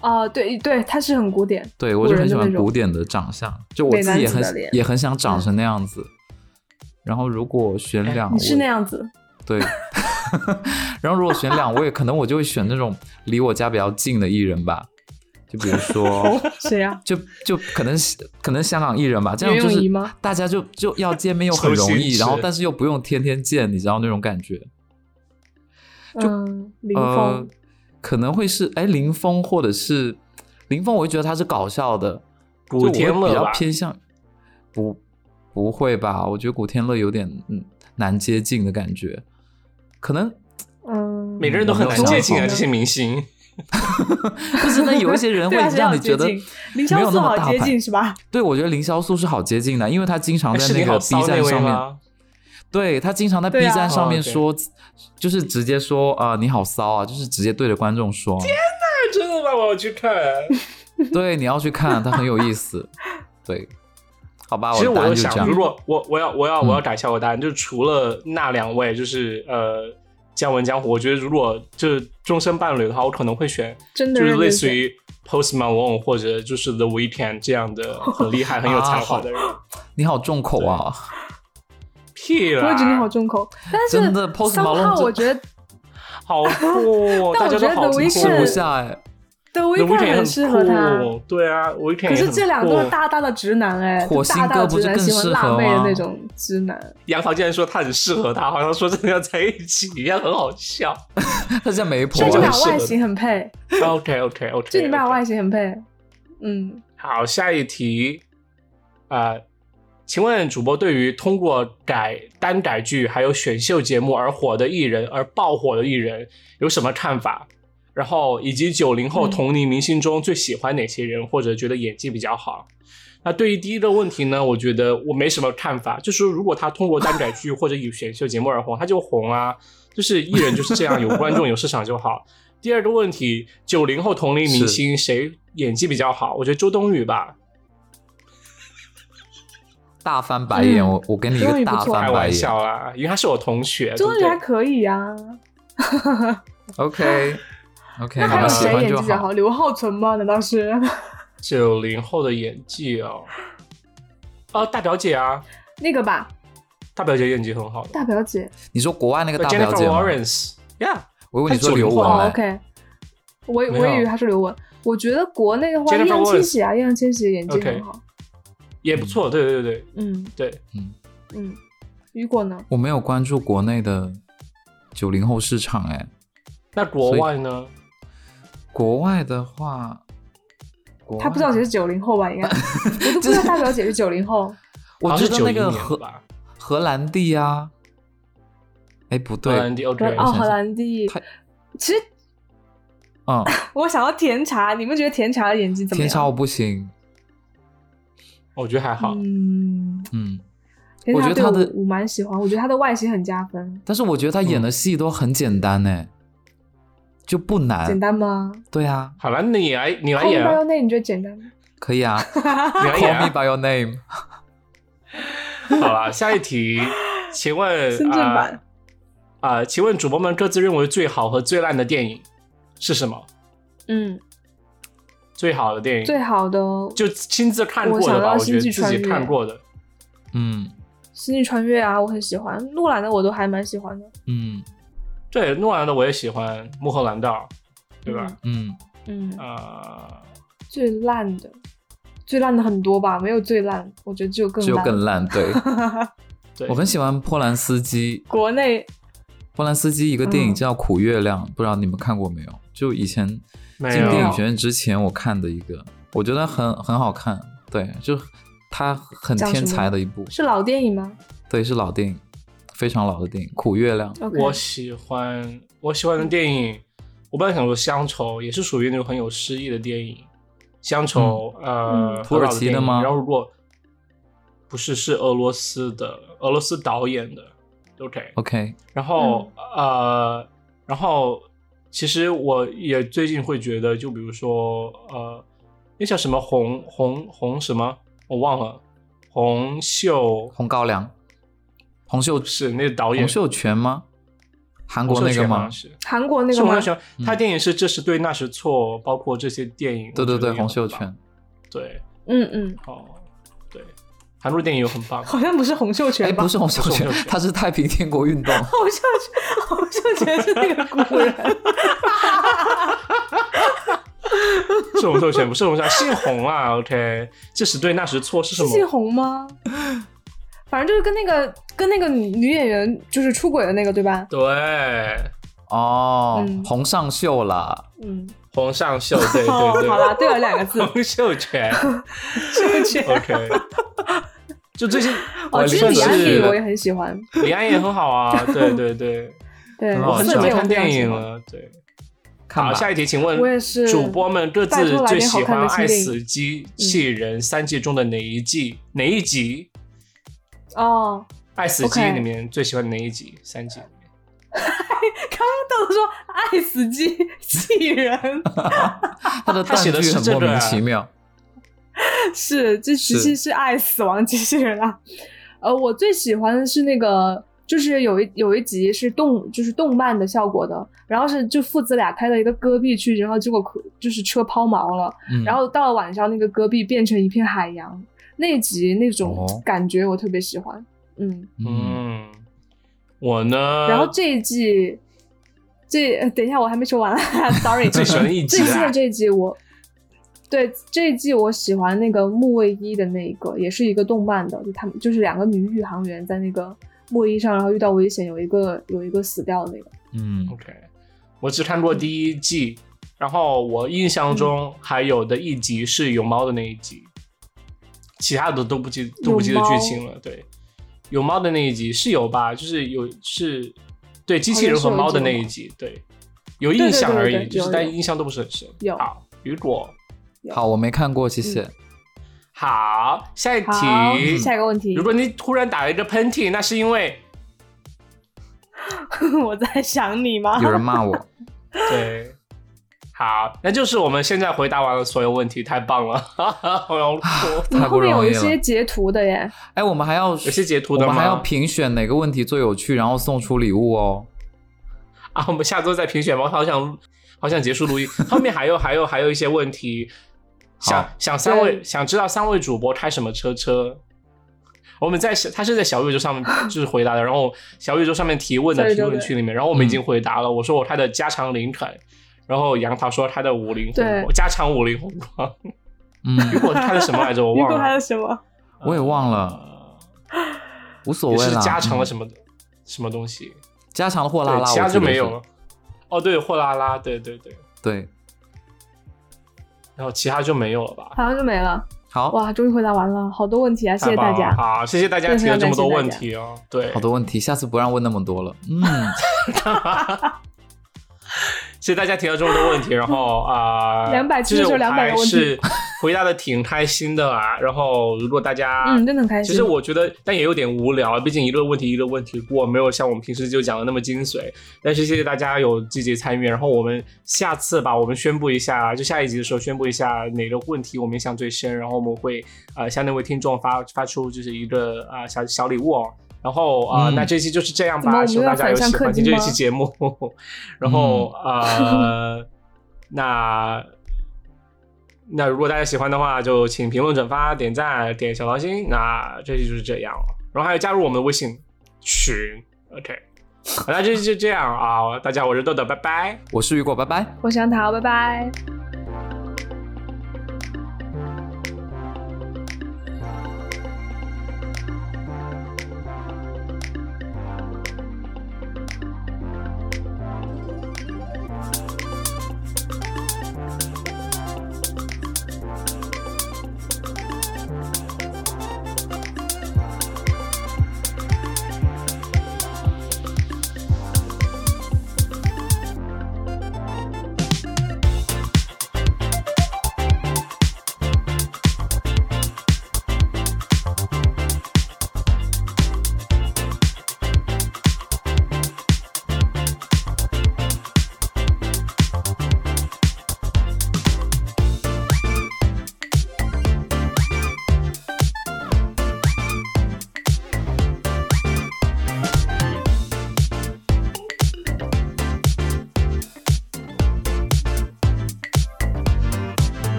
Speaker 2: 哦，对对，他是很古典。
Speaker 3: 对我
Speaker 2: 古
Speaker 3: 就
Speaker 2: 人
Speaker 3: 很喜
Speaker 2: 的那
Speaker 3: 欢
Speaker 2: 种
Speaker 3: 古典的长相，就我
Speaker 2: 美
Speaker 3: 自
Speaker 2: 男
Speaker 3: 己也
Speaker 2: 子的
Speaker 3: 很
Speaker 2: 脸
Speaker 3: 也很想长成那样子。然后如果选
Speaker 1: 哎
Speaker 3: 两位，
Speaker 2: 你是那样子，
Speaker 3: 对。 [laughs] 然后如果选两位，可能我就会选那种离我家比较近的艺人吧，就比如说，
Speaker 2: 谁啊
Speaker 3: [laughs]
Speaker 2: 呀、
Speaker 3: 就就可能可能香港艺人吧，这样
Speaker 2: 袁
Speaker 3: 就
Speaker 2: 咏
Speaker 3: 是
Speaker 2: 仪吗
Speaker 3: 大家就就要见面又很
Speaker 1: 周
Speaker 3: 容
Speaker 1: 星
Speaker 3: 易，然后
Speaker 1: 驰
Speaker 3: 但是又不用天天见，你知道那种感觉。
Speaker 2: 嗯，林
Speaker 3: 呃
Speaker 2: 峰，，
Speaker 3: 可能会是哎林峰或者是林峰，我会觉得他是搞笑的，
Speaker 1: 古
Speaker 3: 就我会
Speaker 1: 天乐
Speaker 3: 比较
Speaker 1: 吧
Speaker 3: 偏向不不会吧？我觉得古天乐有点嗯难接近的感觉，可能
Speaker 2: 嗯，
Speaker 1: 每个人都很难接近啊，
Speaker 2: 嗯
Speaker 1: 这些明星。
Speaker 3: 不是那有一些
Speaker 2: [laughs]
Speaker 3: 人会
Speaker 2: 对啊谁
Speaker 3: 让
Speaker 2: 好
Speaker 3: 你觉得
Speaker 2: 接近林
Speaker 3: 没
Speaker 2: 萧
Speaker 3: 有那
Speaker 2: 素
Speaker 3: 么
Speaker 2: 好
Speaker 3: 大
Speaker 2: 接
Speaker 3: 牌
Speaker 2: 近是吧？
Speaker 3: 对，我觉得凌潇肃是好接近的，因为他经常
Speaker 1: 哎
Speaker 3: 在
Speaker 1: 是你
Speaker 3: 个
Speaker 1: 好
Speaker 3: B
Speaker 1: 骚那
Speaker 3: 站
Speaker 1: 位
Speaker 3: 上面，
Speaker 1: 吗？哎
Speaker 3: 对他经常在 B
Speaker 2: 对啊
Speaker 3: 站上
Speaker 1: 哦
Speaker 3: 面
Speaker 1: 对
Speaker 3: 说，就是直接说啊、呃你好骚啊，就是直接对着观众说，
Speaker 1: 哎真的吗？我要去看。
Speaker 2: [laughs]
Speaker 3: 对，你要去看，他很有意思，对，好吧，
Speaker 1: 其实
Speaker 3: 的答
Speaker 1: 我
Speaker 3: 案
Speaker 1: 又
Speaker 3: 啊就这
Speaker 1: 想，
Speaker 3: 样
Speaker 1: 如，果我我要我要我要
Speaker 3: 嗯
Speaker 1: 改一下我的答案，就是除了那两位，就是呃姜文姜虎，我觉得如果就是终身伴侣的话，我可能会选
Speaker 2: 真
Speaker 1: 就
Speaker 2: 的
Speaker 1: 是
Speaker 2: 认
Speaker 1: 类
Speaker 2: 真
Speaker 1: 似
Speaker 2: 选
Speaker 1: 于 Post Malone 或者就是 The Weeknd 这样
Speaker 2: [laughs]
Speaker 1: 的很厉害、很有才华的人。
Speaker 3: 你好重口啊，
Speaker 1: 屁
Speaker 2: 我
Speaker 1: 啦！
Speaker 2: 也觉得你好重口，但是
Speaker 3: 真的，Post
Speaker 2: 三
Speaker 3: Malone
Speaker 2: 号
Speaker 3: 真
Speaker 2: 我觉得
Speaker 1: 好
Speaker 2: [laughs]
Speaker 1: 酷哦，大
Speaker 2: 但我
Speaker 1: 家都
Speaker 2: 觉得
Speaker 1: 好
Speaker 2: The
Speaker 1: 酷。
Speaker 3: 吃不
Speaker 2: Weeknd
Speaker 3: 下哎，
Speaker 2: The
Speaker 1: The Weeknd
Speaker 2: Weeknd
Speaker 1: 很
Speaker 2: 很适合他，
Speaker 1: 酷，对啊，Weeknd
Speaker 2: 可
Speaker 1: 也
Speaker 2: 是
Speaker 1: 很
Speaker 2: 这两都
Speaker 1: 酷哦
Speaker 2: 是大大的直男哎，就
Speaker 3: 火星
Speaker 2: 大大
Speaker 3: 哥
Speaker 2: 的
Speaker 3: 不
Speaker 2: 直
Speaker 3: 是
Speaker 2: 男
Speaker 3: 更
Speaker 2: 喜
Speaker 3: 适
Speaker 2: 欢
Speaker 3: 合
Speaker 2: 辣妹的
Speaker 3: 吗
Speaker 2: 那种直男，
Speaker 1: 杨桃竟然说他很适合他，好像说真的要在一起一样，很好
Speaker 2: [laughs]
Speaker 1: 笑。
Speaker 3: 他现在没婆啊
Speaker 1: 我就
Speaker 2: 就你
Speaker 1: 很
Speaker 2: 们俩
Speaker 1: 适合
Speaker 2: 外形很配，
Speaker 1: OK OK OK，
Speaker 2: 就你们俩外形很配，嗯，
Speaker 1: 好，下一题，呃，请问主播对于通过改单改剧还有选秀节目而火的艺人而爆火的艺人有什么看法？然后以及九零后
Speaker 2: 嗯
Speaker 1: 同龄明星中最喜欢哪些人，或者觉得演技比较好？那对于第一个问题呢，我觉得我没什么看法，就是如果他通过单改剧或者以选秀节目而红，他就红啊，就是艺人就是这样，有观众有市场就好。第二个问题，九零后同龄明星谁演技比较好？我觉得周冬雨吧，
Speaker 3: 大翻白眼，
Speaker 2: 嗯
Speaker 3: 我我给你一
Speaker 2: 终
Speaker 3: 个
Speaker 2: 于不
Speaker 3: 大
Speaker 2: 错
Speaker 1: 开
Speaker 3: 翻白
Speaker 1: 玩
Speaker 3: 眼
Speaker 1: 笑啦，因为她是我同学，
Speaker 2: 周冬雨
Speaker 1: 对
Speaker 2: 还
Speaker 1: 不对
Speaker 2: 可以啊，
Speaker 3: ，OK OK，
Speaker 2: 那
Speaker 3: 你
Speaker 2: 还有
Speaker 3: 们喜
Speaker 2: 谁
Speaker 3: 欢
Speaker 2: 演技
Speaker 3: 就
Speaker 2: 比较好？
Speaker 3: 好，
Speaker 2: 刘浩存吗？难道是？ [laughs]
Speaker 1: 九零后的演技哦，哦、大表姐啊，
Speaker 2: 那个吧，
Speaker 1: 大表姐演技很好的
Speaker 2: 大表姐。
Speaker 3: 你说国外那个大表
Speaker 1: 呃 Jennifer
Speaker 2: 呃
Speaker 3: 姐吗？
Speaker 1: Lawrence，yeah，
Speaker 3: 我以为你说刘
Speaker 1: 她九
Speaker 3: 哎
Speaker 1: 零后
Speaker 3: 雯
Speaker 1: 啊
Speaker 2: 哦
Speaker 3: 嘞。
Speaker 2: ，OK，我以
Speaker 1: 没
Speaker 2: 我
Speaker 1: 有
Speaker 2: 以为他是刘雯。我觉得国内的话，
Speaker 1: Jennifer
Speaker 2: 易烊千玺啊，易烊千玺的演技
Speaker 1: OK
Speaker 2: 很好。
Speaker 1: 也不错，对对对
Speaker 2: 嗯
Speaker 1: 对对，
Speaker 2: 嗯，雨果呢？
Speaker 3: 我没有关注国内的九零后市场，哎，
Speaker 1: 那国外呢？
Speaker 3: 国外的话，国
Speaker 2: 他不知道
Speaker 3: 外
Speaker 2: 谁是九零后 [laughs] 吧？应该，我都不知道大表姐是九零 [laughs] 后。
Speaker 3: 我
Speaker 1: 好
Speaker 3: 觉
Speaker 1: 像是
Speaker 3: 得那
Speaker 1: 91
Speaker 3: 个
Speaker 1: 年
Speaker 3: 荷
Speaker 1: 吧
Speaker 3: 荷兰弟啊，哎不对
Speaker 1: 荷，兰弟哦，对，
Speaker 2: 哦，
Speaker 3: 想
Speaker 2: 荷
Speaker 3: 想
Speaker 2: 兰弟
Speaker 3: 他。
Speaker 2: 其实 [laughs]
Speaker 3: 嗯，
Speaker 2: 我想要甜茶，你们觉得甜茶的演技怎么
Speaker 3: 天
Speaker 2: 样？
Speaker 3: 差我不行，
Speaker 1: 我觉得还好。
Speaker 2: 嗯，
Speaker 3: 嗯，
Speaker 2: 甜
Speaker 3: 我觉
Speaker 2: 茶
Speaker 3: 得
Speaker 2: 对
Speaker 3: 他
Speaker 2: 我
Speaker 3: 的
Speaker 2: 我蛮喜欢，我觉得他的外形很加分。
Speaker 3: 但是我觉得他演的戏都很简单呢、就不难，
Speaker 2: 简单吗？
Speaker 3: 对啊，
Speaker 1: 好了，你来，你来
Speaker 2: 《
Speaker 1: 演啊，
Speaker 2: Call Me By Your Name》你觉得简单吗？
Speaker 3: [laughs] 可以啊
Speaker 1: 你来演
Speaker 3: ，Call me
Speaker 1: 啊。
Speaker 3: by your name，
Speaker 1: 好了，下一题，请
Speaker 2: [laughs]
Speaker 1: 问
Speaker 2: 深圳版
Speaker 1: 呃啊、呃请问主播们各自认为最好和最烂的电影是什么？
Speaker 2: 嗯，
Speaker 1: 最好的电影
Speaker 2: 最好的
Speaker 1: 就亲自看过的吧，
Speaker 2: 我想到
Speaker 1: 我觉得
Speaker 2: 星际
Speaker 1: 自己
Speaker 2: 穿越
Speaker 1: 看过的。
Speaker 3: 嗯
Speaker 2: 星际穿越》啊，我很喜欢。诺兰的我都还蛮喜欢的。
Speaker 3: 嗯
Speaker 1: 对，诺兰的我也喜欢，《幕后蓝道》，对吧？
Speaker 3: 嗯，
Speaker 2: 嗯，
Speaker 1: 啊、
Speaker 2: 最烂的，最烂的很多吧，没有最烂，我觉得只有更
Speaker 3: 只有
Speaker 2: 烂。
Speaker 3: 更烂，
Speaker 2: [laughs]
Speaker 3: 对
Speaker 1: 对，
Speaker 3: 我很喜欢波兰斯基，
Speaker 2: 国内
Speaker 3: 波兰斯基一个电影
Speaker 2: 嗯
Speaker 3: 叫《苦月亮》，不知道你们看过没有？就以前
Speaker 1: 没
Speaker 3: 进
Speaker 1: 有
Speaker 3: 电影学院之前我看的一个，我觉得很很好看，对，就他很
Speaker 2: 讲什
Speaker 3: 天
Speaker 2: 么
Speaker 3: 才的一部，
Speaker 2: 是老电影吗
Speaker 3: 对，是老电影，非常老的电影，《苦月亮》。
Speaker 2: ？OK，
Speaker 1: 我喜欢我喜欢的电影，我本来想说《乡愁》，也是属于那种很有诗意的电影，《乡愁》呃，很
Speaker 2: 嗯
Speaker 1: 老
Speaker 3: 土耳其的
Speaker 1: 电影
Speaker 3: 吗
Speaker 1: 然后如果不是是俄罗斯的，俄罗斯导演的，OK，
Speaker 3: OK，
Speaker 1: 然后、
Speaker 2: 嗯
Speaker 1: 呃，然后其实我也最近会觉得，就比如说呃，那叫什么红红红什么，我忘了，红袖
Speaker 3: 红高粱，红袖
Speaker 1: 是那个导演
Speaker 3: 红袖全吗？韩国那个吗？
Speaker 1: 是
Speaker 2: 韩国那
Speaker 1: 是
Speaker 2: 个
Speaker 1: 洪
Speaker 2: 吗
Speaker 1: 秀？全，他电影是《这是对，那是错》，包括这些电影，
Speaker 3: 嗯对对对，
Speaker 1: 我觉得也
Speaker 3: 红
Speaker 1: 很
Speaker 3: 袖
Speaker 1: 棒，
Speaker 3: 全。
Speaker 1: 对，
Speaker 2: 嗯嗯，
Speaker 1: 哦，对，韩国电影也很棒，
Speaker 2: 好像不是洪秀
Speaker 3: 哎，
Speaker 2: 全吧？
Speaker 3: 不是红袖
Speaker 1: 不是
Speaker 3: 全
Speaker 1: 洪秀，全
Speaker 3: 他是太平天
Speaker 1: [laughs]
Speaker 3: 国运动。
Speaker 2: 洪秀全，洪秀全是那个古人。
Speaker 1: 是洪秀全，不是
Speaker 2: [laughs]
Speaker 1: 洪秀全，姓洪啊，OK，这是对，那是错是什
Speaker 2: 是姓
Speaker 1: 么？
Speaker 2: 洪吗？反正就是跟那个跟那个女女演员就是出轨的那个对吧？
Speaker 1: 对，
Speaker 3: 哦
Speaker 2: 嗯，
Speaker 3: 红上秀啦，
Speaker 2: 嗯，哦
Speaker 1: 洪尚秀，对
Speaker 2: [laughs]
Speaker 1: 对对，[laughs]
Speaker 2: 好啦，对了两个字，
Speaker 1: 洪秀全
Speaker 2: 是全。
Speaker 1: ，OK，就这些，
Speaker 2: [laughs] 哦，其
Speaker 1: 算
Speaker 2: 实李安
Speaker 1: 是
Speaker 2: 宇我也很喜欢，
Speaker 1: 李安也很好啊，对对
Speaker 2: [laughs]
Speaker 1: 对，
Speaker 2: 对，
Speaker 3: 很
Speaker 1: 我
Speaker 3: 好
Speaker 1: 哦很
Speaker 2: 色
Speaker 1: 久没
Speaker 2: 戒我
Speaker 1: 看
Speaker 2: 非常
Speaker 1: 电
Speaker 2: 喜
Speaker 1: 影
Speaker 2: 欢。
Speaker 1: 了，对。
Speaker 3: 看
Speaker 1: 好，
Speaker 3: 吧。
Speaker 1: 下一题，请问
Speaker 2: 嗯我也是
Speaker 1: 主播们各
Speaker 2: 拜
Speaker 1: 自
Speaker 2: 托来
Speaker 1: 最
Speaker 2: 点好
Speaker 1: 喜
Speaker 2: 看
Speaker 1: 欢
Speaker 2: 的
Speaker 1: 《爱
Speaker 2: 亲电影
Speaker 1: 死机器
Speaker 2: 嗯
Speaker 1: 人》三季中的哪一季？哪一集？
Speaker 2: 哦，
Speaker 1: 《爱死机
Speaker 2: OK》
Speaker 1: 里面最喜欢哪一集？三季里面。
Speaker 2: 刚刚豆豆说爱死机 [laughs] 气人，
Speaker 3: 他的
Speaker 1: 他写的
Speaker 3: 断句
Speaker 1: 是
Speaker 3: 很
Speaker 1: 这
Speaker 3: 莫
Speaker 1: 个
Speaker 3: 名
Speaker 1: 啊
Speaker 3: 其妙。
Speaker 2: 是这其实是爱死亡机器人啊。呃，我最喜欢的是那个。就是有一有一集是动就是动漫的效果的，然后是就父子俩开到一个戈壁去，然后结果可就是车抛锚了，
Speaker 3: 嗯
Speaker 2: 然后到了晚上，那个戈壁变成一片海洋，那集那种
Speaker 3: 哦
Speaker 2: 感觉我特别喜欢。嗯，
Speaker 3: 嗯，
Speaker 1: 嗯，我呢？
Speaker 2: 然后这一季，这呃等一下我还没说完啊 [laughs] ，sorry。
Speaker 1: 最喜欢一集
Speaker 2: 最新
Speaker 1: 啊
Speaker 2: 的这一季我，对这一季我喜欢那个木卫一的那一个，也是一个动漫的，就他们就是两个女宇航员在那个木卫一上，然后遇到危险，有一个有一个死掉的那个。
Speaker 3: 嗯，
Speaker 1: OK，我只看过第一季，然后我印象中还有的一集是有猫的那一集，其他的都不记都不记得
Speaker 2: 有猫
Speaker 1: 剧情了。对，有猫的那一集是有吧？就是有是，对机器人和猫的那一集，对，有印象而已，
Speaker 2: 对对对对
Speaker 1: 就是
Speaker 2: 有
Speaker 1: 但
Speaker 2: 有
Speaker 1: 印象都不是很深。
Speaker 2: 有
Speaker 1: 好，雨果
Speaker 3: 好，我没看过，谢谢。
Speaker 1: 好，下一
Speaker 2: 好，
Speaker 1: 题。
Speaker 2: 下一个问题
Speaker 1: 如，果你突然打了一个喷嚏，那是因为
Speaker 2: [laughs] 我在想你吗？
Speaker 3: [laughs] 有人
Speaker 2: [laughs]
Speaker 3: 骂我，
Speaker 1: 对，好，那就是我们现在回答完了所有问题，太棒了！我要哭。
Speaker 2: 你
Speaker 3: 太
Speaker 2: 后
Speaker 3: 不
Speaker 2: 面有
Speaker 3: 容易
Speaker 2: 一
Speaker 3: 了。
Speaker 2: 些截图的耶。
Speaker 3: 哎，我们还要有
Speaker 1: 些截图的
Speaker 3: 我们还
Speaker 1: 吗
Speaker 3: 要评选哪个问题最有趣，然后送出礼物哦。
Speaker 1: 啊，我们下周再评选吧，我好想好想结束录音。后面还有还有还有一些问题，想
Speaker 3: 好
Speaker 1: 想三位
Speaker 2: 对
Speaker 1: 想知道三位主播开什么车车。我们在小他是在小宇宙上面就是回答的，然后小宇宙上面提问的
Speaker 2: 小宇
Speaker 1: 评
Speaker 2: 宙
Speaker 1: 论区里面，然后我们已经回答了。我说我开的加长林肯，然后杨桃说他的五菱宏
Speaker 2: 对
Speaker 1: 光，加长五菱宏光。
Speaker 3: 嗯，
Speaker 1: 如果开的什么来着？我
Speaker 2: 雨
Speaker 1: 忘
Speaker 2: 果还
Speaker 1: 了
Speaker 2: 有，什么？
Speaker 3: 我也忘了，
Speaker 1: 呃
Speaker 3: 无所
Speaker 1: 也
Speaker 3: 谓
Speaker 1: 是
Speaker 3: 啦。
Speaker 1: 加长了
Speaker 3: 嗯
Speaker 1: 什么什么东西，
Speaker 3: 加长了货拉
Speaker 1: 对，
Speaker 3: 拉，
Speaker 1: 其他
Speaker 3: 我
Speaker 1: 就
Speaker 3: 觉得
Speaker 1: 没
Speaker 3: 是
Speaker 1: 有了。哦，对，货拉拉，对对对，
Speaker 3: 对，
Speaker 1: 然后其他就没有了吧？
Speaker 2: 好像就没了。
Speaker 3: 好，
Speaker 2: 哇，终于回答完了，好多问题啊！谢谢大
Speaker 1: 太
Speaker 2: 家。
Speaker 1: 棒了好，谢谢大家
Speaker 2: 非常
Speaker 1: 提了这么
Speaker 2: 感谢
Speaker 1: 多
Speaker 2: 大
Speaker 1: 问
Speaker 2: 家
Speaker 1: 题哦。对，
Speaker 3: 好多问题，下次不让问那么多了。嗯，
Speaker 1: 谢谢大家提了这么多问题，然
Speaker 2: [laughs]
Speaker 1: 后啊，
Speaker 2: 279
Speaker 1: 其实我
Speaker 2: 200
Speaker 1: 还
Speaker 2: 个问题
Speaker 1: 是回答的挺开心的啊。然后如果大家
Speaker 2: 嗯，真的很开心。
Speaker 1: 其实我觉得，但也有点无聊，毕竟一个问题一个问题过，没有像我们平时就讲的那么精髓。但是谢谢大家有积极参与，然后我们下次吧，我们宣布一下，就下一集的时候宣布一下哪个问题我们印象最深，然后我们会呃向那位听众发发出就是一个啊、呃小小礼物哦。然后啊、呃
Speaker 3: 嗯
Speaker 1: 那这期就是这样
Speaker 2: 怎么我
Speaker 1: 吧，
Speaker 2: 们
Speaker 1: 希望
Speaker 2: 又
Speaker 1: 大家
Speaker 2: 要
Speaker 1: 有
Speaker 2: 反向
Speaker 1: 喜
Speaker 2: 氪
Speaker 1: 欢听
Speaker 2: 金
Speaker 1: 这一
Speaker 2: 吗
Speaker 1: 期节目。然后呃，那那如果大家喜欢的话，就请评论、转发、点赞、点小桃心。那这期就是这样，然后还有加入我们的微信群。OK，好，那这期就这样啊，大家我是豆豆，拜拜。
Speaker 3: 我是雨果，拜拜。
Speaker 2: 我想逃，拜拜。